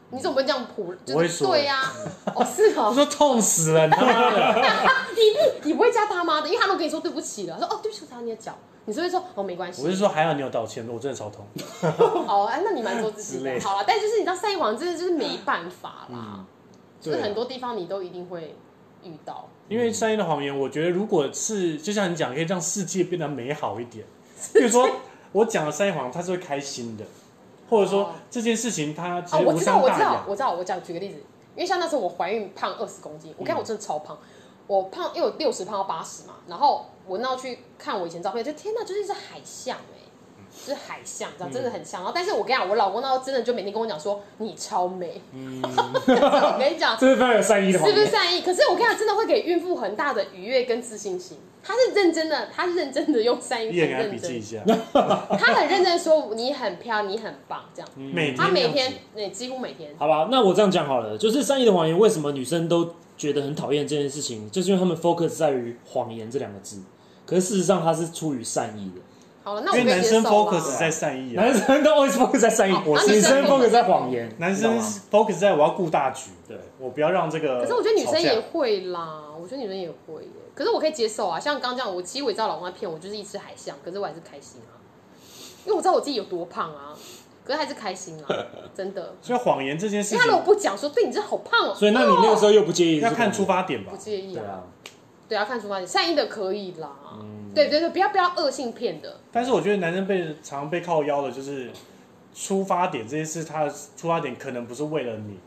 [SPEAKER 4] 你总不能这样普，
[SPEAKER 2] 我
[SPEAKER 4] 就
[SPEAKER 2] 会
[SPEAKER 4] 是
[SPEAKER 2] 说
[SPEAKER 4] 对
[SPEAKER 2] (laughs)
[SPEAKER 4] 呀、哦是哦
[SPEAKER 2] 我，说痛 (laughs) 死了，你他妈的！
[SPEAKER 4] (laughs) 你不你不会加他妈的，因为他们跟你说对不起了，说哦对不起，我踩到你的脚，你是会说哦没关系，
[SPEAKER 2] 我是说还好你有道歉，我真的超痛。
[SPEAKER 4] 哦，哎，那你蛮多自信
[SPEAKER 2] 之
[SPEAKER 4] 的
[SPEAKER 2] 类。的嗯
[SPEAKER 4] 好了，但就是你知道赛网真的就是没办法啦，就
[SPEAKER 3] 对啊
[SPEAKER 4] 是很多地方你都一定会遇到。
[SPEAKER 2] 因为善意的谎言，我觉得如果是就像你讲，可以让世界变得美好一
[SPEAKER 4] (laughs)
[SPEAKER 2] 点。比如说我讲了善意谎言，他是会开心的，或者说、
[SPEAKER 4] 哦
[SPEAKER 2] 这件事情他其
[SPEAKER 4] 哦，
[SPEAKER 2] 实
[SPEAKER 4] 我
[SPEAKER 2] 无
[SPEAKER 4] 知道，
[SPEAKER 2] 伤
[SPEAKER 4] 我
[SPEAKER 2] 大
[SPEAKER 4] 知道
[SPEAKER 2] 雅，。
[SPEAKER 4] 我知道，我讲举个例子，因为像那时候我怀孕胖二十公斤，
[SPEAKER 2] 嗯
[SPEAKER 4] 我看我真的超胖，我胖因为我六十胖到八十嘛，然后我那时候去看我以前照片，就天哪，就是一只海象哎、
[SPEAKER 2] 嗯
[SPEAKER 4] 就是海象，这样真的很像。然后，但是我跟你讲，我老公那时候真的就每天跟我讲说你超美，
[SPEAKER 2] 嗯
[SPEAKER 4] 我跟
[SPEAKER 2] (laughs)
[SPEAKER 4] 你讲，
[SPEAKER 3] 这是非常有善意的谎
[SPEAKER 4] 是不是
[SPEAKER 3] 言。
[SPEAKER 4] 善意？可是我跟你讲，真的会给孕妇很大的愉悦跟自信心。她是认真的，她是认真的用善意，
[SPEAKER 2] 一人给
[SPEAKER 4] 很
[SPEAKER 2] 他笔
[SPEAKER 4] 认
[SPEAKER 2] 记一
[SPEAKER 4] 真，
[SPEAKER 2] 下，
[SPEAKER 4] 她很认真地说你很漂亮，你很棒，
[SPEAKER 2] (laughs)
[SPEAKER 4] 这样。
[SPEAKER 2] 每天
[SPEAKER 4] 她每
[SPEAKER 2] 这样
[SPEAKER 4] 天
[SPEAKER 2] 子，
[SPEAKER 4] 对，几乎每天。
[SPEAKER 3] 好吧，那我这样讲好了，就是善意的谎言，为什么女生都觉得很讨厌这件事情，就是因为他们 focus 在于谎言这两个字，可是事实上它是出于善意的。
[SPEAKER 4] 好了，那我
[SPEAKER 2] 因为
[SPEAKER 4] 可以
[SPEAKER 2] 男
[SPEAKER 4] 接
[SPEAKER 2] 生
[SPEAKER 4] 受啊
[SPEAKER 2] focus
[SPEAKER 4] 了。
[SPEAKER 2] 在善意啊，
[SPEAKER 3] 男生都 always focus 在善意，
[SPEAKER 4] 哦
[SPEAKER 3] 我
[SPEAKER 4] 啊
[SPEAKER 3] 是
[SPEAKER 4] 女
[SPEAKER 3] 女
[SPEAKER 4] 生
[SPEAKER 3] 生 focus 在谎言，
[SPEAKER 2] 男
[SPEAKER 3] 你
[SPEAKER 2] 生
[SPEAKER 3] 知道吗
[SPEAKER 2] focus 在我要顾大局，
[SPEAKER 3] 对，
[SPEAKER 2] 我不要让这个。
[SPEAKER 4] 可是我觉得女生也
[SPEAKER 2] 吵架
[SPEAKER 4] 会啦，我觉得女生也会耶。可是我可以接受啊，像刚刚这样，我其实我也知道老公在骗我，就是一只海象，可是我还是开心啊，因为我知道我自己有多胖啊，可是还是
[SPEAKER 2] (laughs)
[SPEAKER 4] 开心啊，真的。
[SPEAKER 2] 所以谎言这件
[SPEAKER 4] 因
[SPEAKER 2] 事
[SPEAKER 4] 为他如果
[SPEAKER 2] 情
[SPEAKER 4] 不讲说，对你真的好胖哦，
[SPEAKER 3] 所以那你那个时候又不介意，
[SPEAKER 2] 要看出，发点吧
[SPEAKER 4] 不。介意
[SPEAKER 3] 对
[SPEAKER 4] 啊。
[SPEAKER 3] 啊，
[SPEAKER 4] 对啊，看出发点，善意的可以啦。
[SPEAKER 2] 嗯
[SPEAKER 4] 对对对，不要不要恶性骗的。
[SPEAKER 2] 但是我觉得男生被常被靠腰的就是出发点这件事，他的出发点可能不是为了你，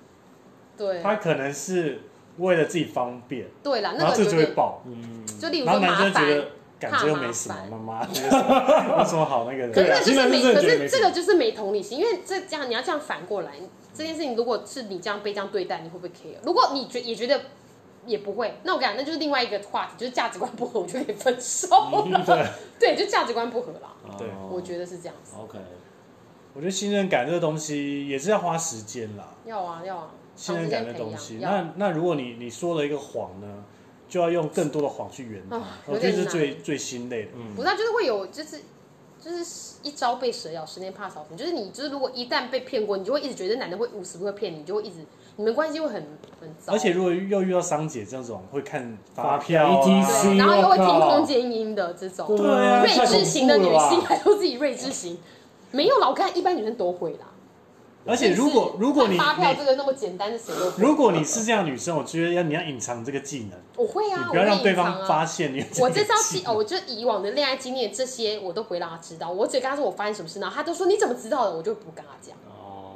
[SPEAKER 4] 对
[SPEAKER 2] 他可能是为了自己方便，
[SPEAKER 4] 对啦，
[SPEAKER 2] 然
[SPEAKER 4] 那
[SPEAKER 2] 后这
[SPEAKER 4] 个
[SPEAKER 2] 个
[SPEAKER 4] 有
[SPEAKER 2] 就会
[SPEAKER 4] 点，
[SPEAKER 2] 爆，
[SPEAKER 4] 就例如
[SPEAKER 2] 然后
[SPEAKER 4] 说
[SPEAKER 2] 男
[SPEAKER 4] 麻
[SPEAKER 2] 生就觉
[SPEAKER 4] 烦
[SPEAKER 2] 得。感觉又没什么
[SPEAKER 4] 怕，
[SPEAKER 2] 妈妈这个什么有什么好那个
[SPEAKER 4] 可
[SPEAKER 2] 的？
[SPEAKER 4] 是
[SPEAKER 3] 对
[SPEAKER 4] 这就是
[SPEAKER 3] 啊
[SPEAKER 4] 没，
[SPEAKER 3] 现在是真
[SPEAKER 4] 可
[SPEAKER 3] 的觉得没
[SPEAKER 4] 是这
[SPEAKER 3] 什么
[SPEAKER 4] 个就是没同理心，因为这这样你要这样反过来，这件事情如果是你这样被这样对待，你会不会 care？如果你觉也觉得也不会，那我跟你讲，那就是另外一个话题，就是价值观不合，我就可以分手
[SPEAKER 2] (laughs)
[SPEAKER 3] 嗯
[SPEAKER 4] 了。 (laughs) 对，就价值观不合啦，
[SPEAKER 2] 对
[SPEAKER 4] 我觉得是这样子。
[SPEAKER 3] 哦 OK，
[SPEAKER 2] 我觉得信任感这个东西也是要花时间啦，
[SPEAKER 4] 要啊要啊，
[SPEAKER 2] 信
[SPEAKER 4] 长
[SPEAKER 2] 任
[SPEAKER 4] 时
[SPEAKER 2] 感
[SPEAKER 4] 间
[SPEAKER 2] 的
[SPEAKER 4] 培
[SPEAKER 2] 东西。
[SPEAKER 4] 养。啊要
[SPEAKER 2] 那那如果你你说了一个谎呢，就要用更多的谎去圆它
[SPEAKER 4] 啊，有
[SPEAKER 2] 我觉得
[SPEAKER 4] 点
[SPEAKER 2] 是
[SPEAKER 4] 难
[SPEAKER 2] 最最心累的。
[SPEAKER 4] 不是啊，就是会有，就是就是一朝被蛇咬，十年怕草绳。就是你，就是如果一旦被骗过，你就会一直觉得男的会无时不会骗你，你就会一直你们关系会很很糟，
[SPEAKER 2] 而且如果又遇到桑姐这种会看
[SPEAKER 3] 发
[SPEAKER 2] 发
[SPEAKER 3] 票
[SPEAKER 2] 票
[SPEAKER 3] 啊
[SPEAKER 2] 啊，
[SPEAKER 4] 对，然后又会听
[SPEAKER 3] 我靠
[SPEAKER 4] 空间音的这种
[SPEAKER 2] 对啊
[SPEAKER 4] 睿
[SPEAKER 3] 太恐
[SPEAKER 4] 智型的
[SPEAKER 3] 怖
[SPEAKER 4] 女
[SPEAKER 3] 了吧
[SPEAKER 4] 性，还说自己睿智型，没有啦，我看一般女生都会啦。
[SPEAKER 2] 而且如果
[SPEAKER 4] 就是
[SPEAKER 2] 如果你
[SPEAKER 4] 发票这
[SPEAKER 2] 你
[SPEAKER 4] 个那么简单，是谁都会
[SPEAKER 2] 如果你是这样的女生，我觉得要你要隐藏这个技能，
[SPEAKER 4] 我会啊，
[SPEAKER 2] 你
[SPEAKER 4] 我
[SPEAKER 2] 不要
[SPEAKER 4] 会
[SPEAKER 2] 让对
[SPEAKER 4] 隐藏
[SPEAKER 2] 方
[SPEAKER 4] 啊
[SPEAKER 2] 发现你有
[SPEAKER 4] 我
[SPEAKER 2] 这
[SPEAKER 4] 这
[SPEAKER 2] 个
[SPEAKER 4] 招
[SPEAKER 2] 技
[SPEAKER 4] 经哦，我就以往的恋爱经验这些我都不会让他知道，我只跟他说我发生什么事，然后他都说你怎么知道的，我就不跟他讲。
[SPEAKER 3] 哦，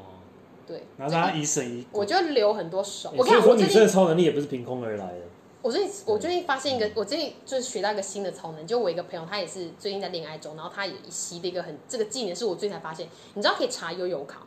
[SPEAKER 4] 对，
[SPEAKER 2] 然后
[SPEAKER 4] 就
[SPEAKER 2] 让
[SPEAKER 4] 一
[SPEAKER 2] 他疑神疑
[SPEAKER 4] 我
[SPEAKER 2] 鬼。
[SPEAKER 4] 就留很多手。
[SPEAKER 3] 所
[SPEAKER 4] 我跟你
[SPEAKER 3] 以
[SPEAKER 4] 讲，我
[SPEAKER 3] 说
[SPEAKER 4] 最
[SPEAKER 3] 女生的
[SPEAKER 4] 近
[SPEAKER 3] 超能力也不是凭空而来的。
[SPEAKER 4] 我最近我最近发现一个，我最近就是学到一个新的超能，就我一个朋友，他也是最近在恋爱中，然后他也习的一个很这个技能，是我最近才发现。你知道可以查悠游卡吗？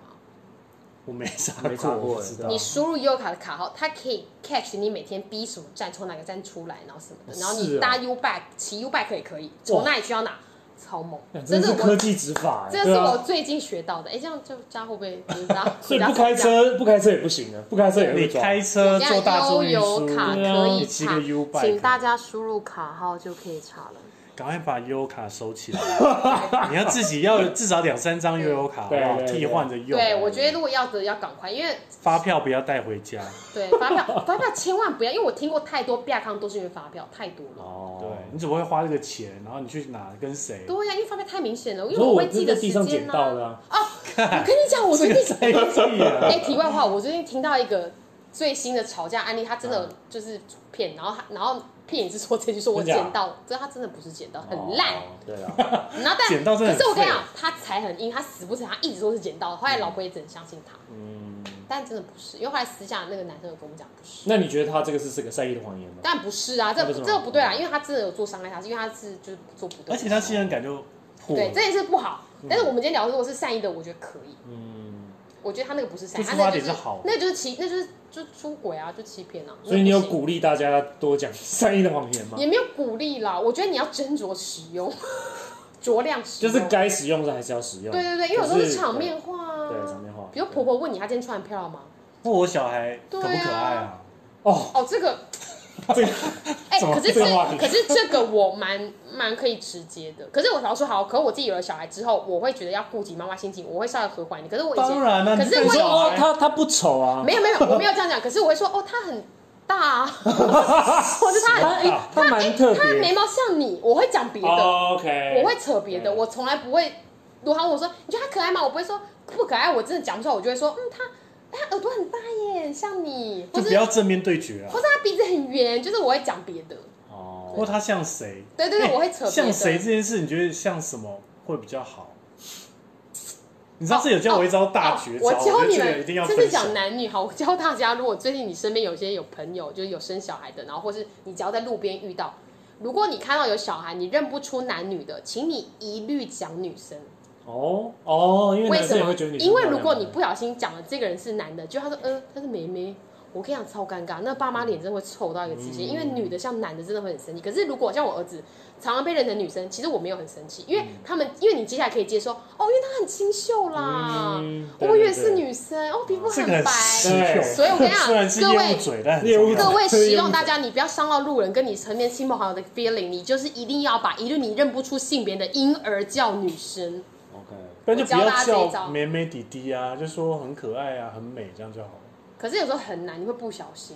[SPEAKER 2] 我没啥
[SPEAKER 3] 没查过
[SPEAKER 2] 我不
[SPEAKER 3] 欸
[SPEAKER 2] 知
[SPEAKER 3] 对
[SPEAKER 2] 道
[SPEAKER 3] 啊
[SPEAKER 4] 你。输入悠游卡的卡号，它可以 catch 你每天 B 什么站，从哪个站出来，然后什么的，然后
[SPEAKER 3] 是
[SPEAKER 4] 你
[SPEAKER 3] 啊
[SPEAKER 4] 搭 U bike 骑 U bike 也可以，从哪里去到哪。超猛
[SPEAKER 3] 那，真
[SPEAKER 4] 真
[SPEAKER 3] 的
[SPEAKER 4] 的
[SPEAKER 3] 哎是科
[SPEAKER 4] 我。
[SPEAKER 3] 技执法哎、
[SPEAKER 4] 这
[SPEAKER 3] 对
[SPEAKER 4] 是我
[SPEAKER 3] 啊，
[SPEAKER 4] 最近学到的，哎、这样就家伙被就是大家
[SPEAKER 3] (laughs) 所以不开车不开车也不行啊，不开车也
[SPEAKER 2] 你
[SPEAKER 3] 会被抓。
[SPEAKER 2] 开车
[SPEAKER 4] 这
[SPEAKER 2] 坐大
[SPEAKER 4] 样
[SPEAKER 2] 众
[SPEAKER 4] 悠
[SPEAKER 2] 运输
[SPEAKER 4] 游，卡
[SPEAKER 3] 对啊
[SPEAKER 4] 可以
[SPEAKER 2] 你骑个
[SPEAKER 4] 查
[SPEAKER 2] U，
[SPEAKER 4] 请
[SPEAKER 2] bike，
[SPEAKER 4] 大家输入卡号就可以查了。
[SPEAKER 2] 赶快把 U 卡收起来。
[SPEAKER 3] (laughs)
[SPEAKER 2] 你要自己要有至少两三张 U 卡，好不
[SPEAKER 3] 对
[SPEAKER 2] 好？
[SPEAKER 3] 对对
[SPEAKER 2] 替换着用。
[SPEAKER 4] 对，我觉得如果要的要赶快，因为
[SPEAKER 2] 发票不要带回家。
[SPEAKER 4] 对发票发票千万不要，因为我听过太多亚康都是因为发票太多了。
[SPEAKER 3] 哦，
[SPEAKER 2] 对，你怎么会花这个钱？然后你去哪跟谁？
[SPEAKER 4] 对啊呀、因为发票太明显了，因
[SPEAKER 3] 你
[SPEAKER 4] 为
[SPEAKER 3] 说
[SPEAKER 4] 我
[SPEAKER 3] 我
[SPEAKER 4] 会记得
[SPEAKER 3] 在
[SPEAKER 4] 时
[SPEAKER 3] 地上捡
[SPEAKER 4] 间呐、
[SPEAKER 3] 到的、啊，
[SPEAKER 4] 我跟你
[SPEAKER 3] (laughs)
[SPEAKER 4] 讲，我最近
[SPEAKER 2] 哎呀
[SPEAKER 4] 哎、题外话，我最近听到一个最新的吵架案例，他真的就是骗，然后他然后骗也是说这句说我
[SPEAKER 3] 真假啊
[SPEAKER 4] 捡到，这他真的不是捡到，很烂。
[SPEAKER 3] 哦对啊，
[SPEAKER 4] 然后但
[SPEAKER 2] 捡到真的很
[SPEAKER 4] 可是我跟你讲
[SPEAKER 2] 废，
[SPEAKER 4] 他才很硬，他死不承认，他一直说是捡到的。后来老婆也只能相信他，
[SPEAKER 3] 嗯，
[SPEAKER 4] 但真的不是，因为后来私下那个男生有跟我讲不是。
[SPEAKER 3] 那你觉得他这个是是个善意的谎言吗？
[SPEAKER 4] 但不是啊，这
[SPEAKER 3] 那不是哦
[SPEAKER 4] 这
[SPEAKER 3] 吗
[SPEAKER 4] 个不对啊，因为他真的有做伤害他，因为他是就是做不对，
[SPEAKER 2] 而且他信任感就破
[SPEAKER 4] 对
[SPEAKER 2] 了。
[SPEAKER 4] 这也是不好。但是我们今天聊的如果是善意的，我觉得可以，
[SPEAKER 3] 嗯，
[SPEAKER 4] 我觉得他那个不是善意，
[SPEAKER 2] 就
[SPEAKER 4] 他
[SPEAKER 2] 出
[SPEAKER 4] 那
[SPEAKER 2] 发
[SPEAKER 4] 个就
[SPEAKER 2] 点
[SPEAKER 4] 是
[SPEAKER 2] 是好
[SPEAKER 4] 那就是欺，那就是就出轨啊，就欺骗啊。
[SPEAKER 3] 所以你有
[SPEAKER 4] 那不行
[SPEAKER 3] 鼓励大家多讲善意的谎言吗？
[SPEAKER 4] 也没有鼓励啦，我觉得你要斟酌使用， (laughs) 酌量使
[SPEAKER 3] 就
[SPEAKER 4] 用。
[SPEAKER 3] 是该使用的还是要使用。
[SPEAKER 4] 对对对，因为有时候
[SPEAKER 3] 可
[SPEAKER 4] 是场面话啊。
[SPEAKER 3] 对场面话
[SPEAKER 4] 比如婆婆问你她今天穿很漂亮吗？
[SPEAKER 2] 那我小孩可不可爱啊？
[SPEAKER 3] 哦，
[SPEAKER 4] 哦，这个，
[SPEAKER 3] (laughs) 这个
[SPEAKER 4] 哎、
[SPEAKER 3] 怎么
[SPEAKER 4] 可是
[SPEAKER 3] 这
[SPEAKER 4] 这
[SPEAKER 3] 个话题
[SPEAKER 4] 可是这个我蛮蛮可以直接的。可是我老实说好，可是我自己有了小孩之后，我会觉得要顾及妈妈心情，我会稍微和缓一点。可是我以前，
[SPEAKER 2] 当然了，
[SPEAKER 4] 可
[SPEAKER 2] 你
[SPEAKER 4] 是
[SPEAKER 2] 带
[SPEAKER 4] 我
[SPEAKER 2] 小
[SPEAKER 3] 哦，
[SPEAKER 2] 孩，
[SPEAKER 3] 他他不丑啊，
[SPEAKER 4] 没有没有，我没有这样讲。可是我会说，哦，她很大、啊， (laughs) 或者她很
[SPEAKER 3] 他哎他蛮特
[SPEAKER 4] 她的
[SPEAKER 3] 别
[SPEAKER 4] 眉。毛像你，我会讲别的。
[SPEAKER 3] 哦哎 OK，
[SPEAKER 4] 我会扯别的，
[SPEAKER 3] 对
[SPEAKER 4] 我从来不会。如果他问我说你觉得他可爱吗？我不会说不可爱，我真的讲不出来，我就会说嗯，他他耳朵很大耶，很像你，或
[SPEAKER 2] 就是不要正面对决啊
[SPEAKER 4] 或。是他鼻子很圆，就是我会讲别的。
[SPEAKER 3] 哦，
[SPEAKER 2] 或他像谁？
[SPEAKER 4] 对对对，
[SPEAKER 2] 哎
[SPEAKER 4] 我会扯别
[SPEAKER 2] 像
[SPEAKER 4] 的。
[SPEAKER 2] 谁这件事，你觉得像什么会比较好？你上次有教我一招大绝招，
[SPEAKER 4] 哦我教你
[SPEAKER 2] 觉得这个一定要
[SPEAKER 4] 们，这
[SPEAKER 2] 分
[SPEAKER 4] 是
[SPEAKER 2] 享
[SPEAKER 4] 讲。男女哈。我教大家，如果最近你身边有些有朋友就是有生小孩的，然后或是你只要在路边遇到，如果你看到有小孩，你认不出男女的，请你一律讲女生。
[SPEAKER 3] 哦哦，因为
[SPEAKER 4] 为
[SPEAKER 3] 男
[SPEAKER 4] 什
[SPEAKER 3] 生也
[SPEAKER 4] 么
[SPEAKER 3] 会觉得？女生
[SPEAKER 4] 因为
[SPEAKER 3] 漂亮
[SPEAKER 4] 如果你不小心讲了这个人是男的，就他说呃他是妹妹，我跟你讲超尴尬，那爸妈脸真的会臭到一个极限，因为女的像男的真的会很生气。可是如果像我儿子常常被认成女生，其实我没有很生气，
[SPEAKER 3] 嗯
[SPEAKER 4] 因为他们因为你接下来可以接受哦，因为他很清秀啦，
[SPEAKER 3] 嗯对
[SPEAKER 4] 我也是
[SPEAKER 3] 对
[SPEAKER 4] 女生哦，皮肤
[SPEAKER 2] 这
[SPEAKER 4] 很
[SPEAKER 2] 个很
[SPEAKER 4] 白，
[SPEAKER 2] 实
[SPEAKER 3] 对
[SPEAKER 2] 用，
[SPEAKER 4] 所以我跟你讲
[SPEAKER 2] (laughs) 虽然是业务嘴，但很重要
[SPEAKER 3] 各位
[SPEAKER 4] 各位，希望大
[SPEAKER 3] 这
[SPEAKER 4] 家你不要伤到路人跟你身边亲朋好友的 feeling，你就是一定要把一律你认不出性别的婴儿叫女生。
[SPEAKER 3] OK，
[SPEAKER 2] 不然就不要
[SPEAKER 4] 我教大家这一
[SPEAKER 2] 叫
[SPEAKER 4] 招
[SPEAKER 2] 妹妹弟弟啊，就说很可爱啊，很美，这样就好了。
[SPEAKER 4] 可是有时候很难，你会不小心。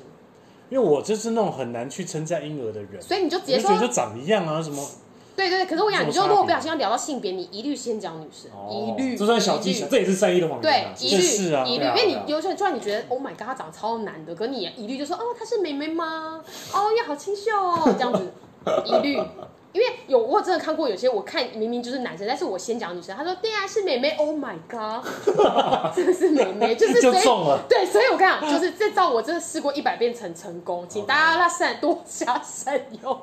[SPEAKER 2] 因为我就是那种很难去称赞婴儿的人，
[SPEAKER 4] 所以你就直
[SPEAKER 2] 我
[SPEAKER 4] 接
[SPEAKER 2] 就
[SPEAKER 4] 说
[SPEAKER 2] 觉，得就长一样啊，什么
[SPEAKER 4] 对对对。可是我跟你讲，
[SPEAKER 2] 有
[SPEAKER 4] 你
[SPEAKER 2] 什么
[SPEAKER 4] 就如果
[SPEAKER 2] 差别
[SPEAKER 4] 不小心要聊到性别，你一律先讲女生，
[SPEAKER 3] 哦
[SPEAKER 4] 一律
[SPEAKER 3] 这算小技巧，
[SPEAKER 4] 一律
[SPEAKER 3] 这也是善意的谎言
[SPEAKER 4] 对
[SPEAKER 3] 啊。，
[SPEAKER 4] 一
[SPEAKER 2] 这
[SPEAKER 4] 律
[SPEAKER 2] 是啊
[SPEAKER 4] 一律，
[SPEAKER 3] 对
[SPEAKER 4] 因
[SPEAKER 3] 啊
[SPEAKER 4] 为你有时候突然你觉得，Oh my god，他长得超难的，可你也一律就说，哦，她是妹妹吗？哦，也好清秀哦，这样子，一律。因为有我真的看过有些，我看明明就是男生，但是我先讲女生，他说对啊是妹妹，Oh my
[SPEAKER 3] (laughs)
[SPEAKER 4] god，真的是妹妹， (laughs) 就是
[SPEAKER 2] 就
[SPEAKER 4] 所以
[SPEAKER 2] 中
[SPEAKER 4] (laughs)
[SPEAKER 2] 了。
[SPEAKER 4] 对，所以我跟你讲，就是这招我真的试过一百遍成成功，请大家那善多加善用，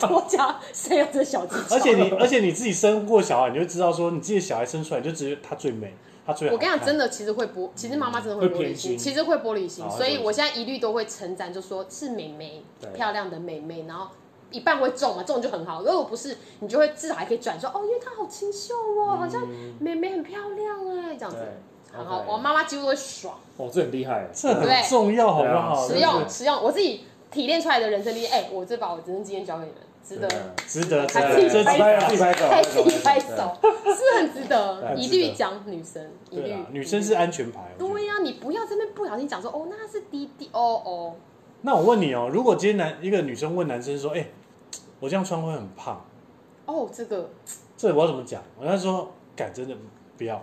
[SPEAKER 4] 多加善用这小技巧。
[SPEAKER 2] 而且你，而且你自己生过小孩，你就知道说，你自己的小孩生出来，你就只有他最美，他最好
[SPEAKER 4] 我跟你讲，真
[SPEAKER 2] 的，
[SPEAKER 4] 的其实会玻，其实妈妈真的会
[SPEAKER 3] 会
[SPEAKER 4] 玻璃
[SPEAKER 3] 偏心
[SPEAKER 4] 心，其实会玻璃心，
[SPEAKER 2] 哦
[SPEAKER 4] 所
[SPEAKER 2] 会
[SPEAKER 4] 以
[SPEAKER 2] 玻璃
[SPEAKER 4] 我现在一律都会称赞，就说是美眉
[SPEAKER 3] 对，
[SPEAKER 4] 漂亮的美眉，然后。一半会中嘛，中就很好。如果不是，你就会至少还可以转说哦，因为她好清秀哦，好像美眉很漂亮哎，这样子
[SPEAKER 3] 对，
[SPEAKER 4] 很好。
[SPEAKER 3] OK
[SPEAKER 4] 我妈妈几乎都会爽。
[SPEAKER 3] 哦，这很厉害。
[SPEAKER 2] 这很
[SPEAKER 4] 对
[SPEAKER 2] 重要，好不好？
[SPEAKER 4] 实用实用，我自己提炼出来的人生历练，哎、我这把我人生经验交给你们，值得，
[SPEAKER 2] 值得，值
[SPEAKER 4] 他
[SPEAKER 2] 得，啊
[SPEAKER 4] 自己
[SPEAKER 2] 这值
[SPEAKER 4] 拍
[SPEAKER 2] 得
[SPEAKER 3] 拍自己拍
[SPEAKER 4] 拍
[SPEAKER 3] 手，
[SPEAKER 4] 自己拍手， (laughs) 是很值得，
[SPEAKER 2] 对啊
[SPEAKER 4] 一
[SPEAKER 2] 值
[SPEAKER 4] 律
[SPEAKER 2] 得
[SPEAKER 4] 讲女生，一
[SPEAKER 2] 对
[SPEAKER 4] 律
[SPEAKER 2] 啦，女生是。安全牌。我觉得
[SPEAKER 4] 对呀、啊你不要这边不小心讲说哦，那是滴滴哦哦，
[SPEAKER 2] 那我问你哦，如果今天男一个女生问男生说：“哎、我这样穿会很胖
[SPEAKER 4] 哦，这个，”，
[SPEAKER 2] 这我要怎么讲？我跟他说：“敢真的不
[SPEAKER 4] (laughs)
[SPEAKER 2] 要，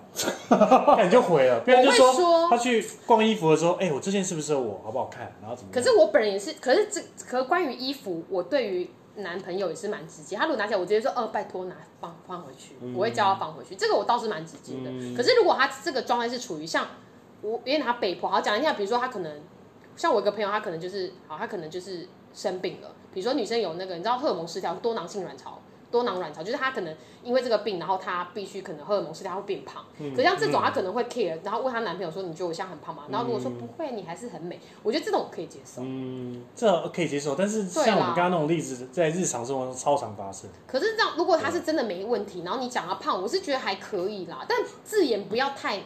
[SPEAKER 2] 敢就回了。”不然
[SPEAKER 4] 我
[SPEAKER 2] 就
[SPEAKER 4] 会说
[SPEAKER 2] 他去逛衣服的时候：“哎、我这件适不适合我，好不好看？”然后怎么样？
[SPEAKER 4] 可是我本人也是，可是这可是关于衣服，我对于男朋友也是蛮直接。他如果拿起来，我直接说，呃，拜托拿放放回去，我会叫他放回去。这个我倒是蛮直接的。可是如果他这个状态是处于像我，因为他被迫，好讲一下，比如说他可能像我一个朋友，他可能就是好，他可能就是生病了，比如说女生有那个你知道荷尔蒙失调，多囊性卵巢。多囊卵巢，就是他可能因为这个病，然后他必须可能荷尔蒙失调他会变胖。
[SPEAKER 2] 嗯
[SPEAKER 4] 可像这种，他可能会 care，然后问她男朋友说：“你觉得我现在很胖吗？”然后如果说不会，你还是很美，我觉得这种我可以接受。
[SPEAKER 2] 嗯，这可以接受，但是
[SPEAKER 4] 对啦
[SPEAKER 2] 像我们刚刚那种例子，在日常生活中超常发生。
[SPEAKER 4] 可是这样，如果他是真的没问题，然后你讲他胖，我是觉得还可以啦，但字眼不要太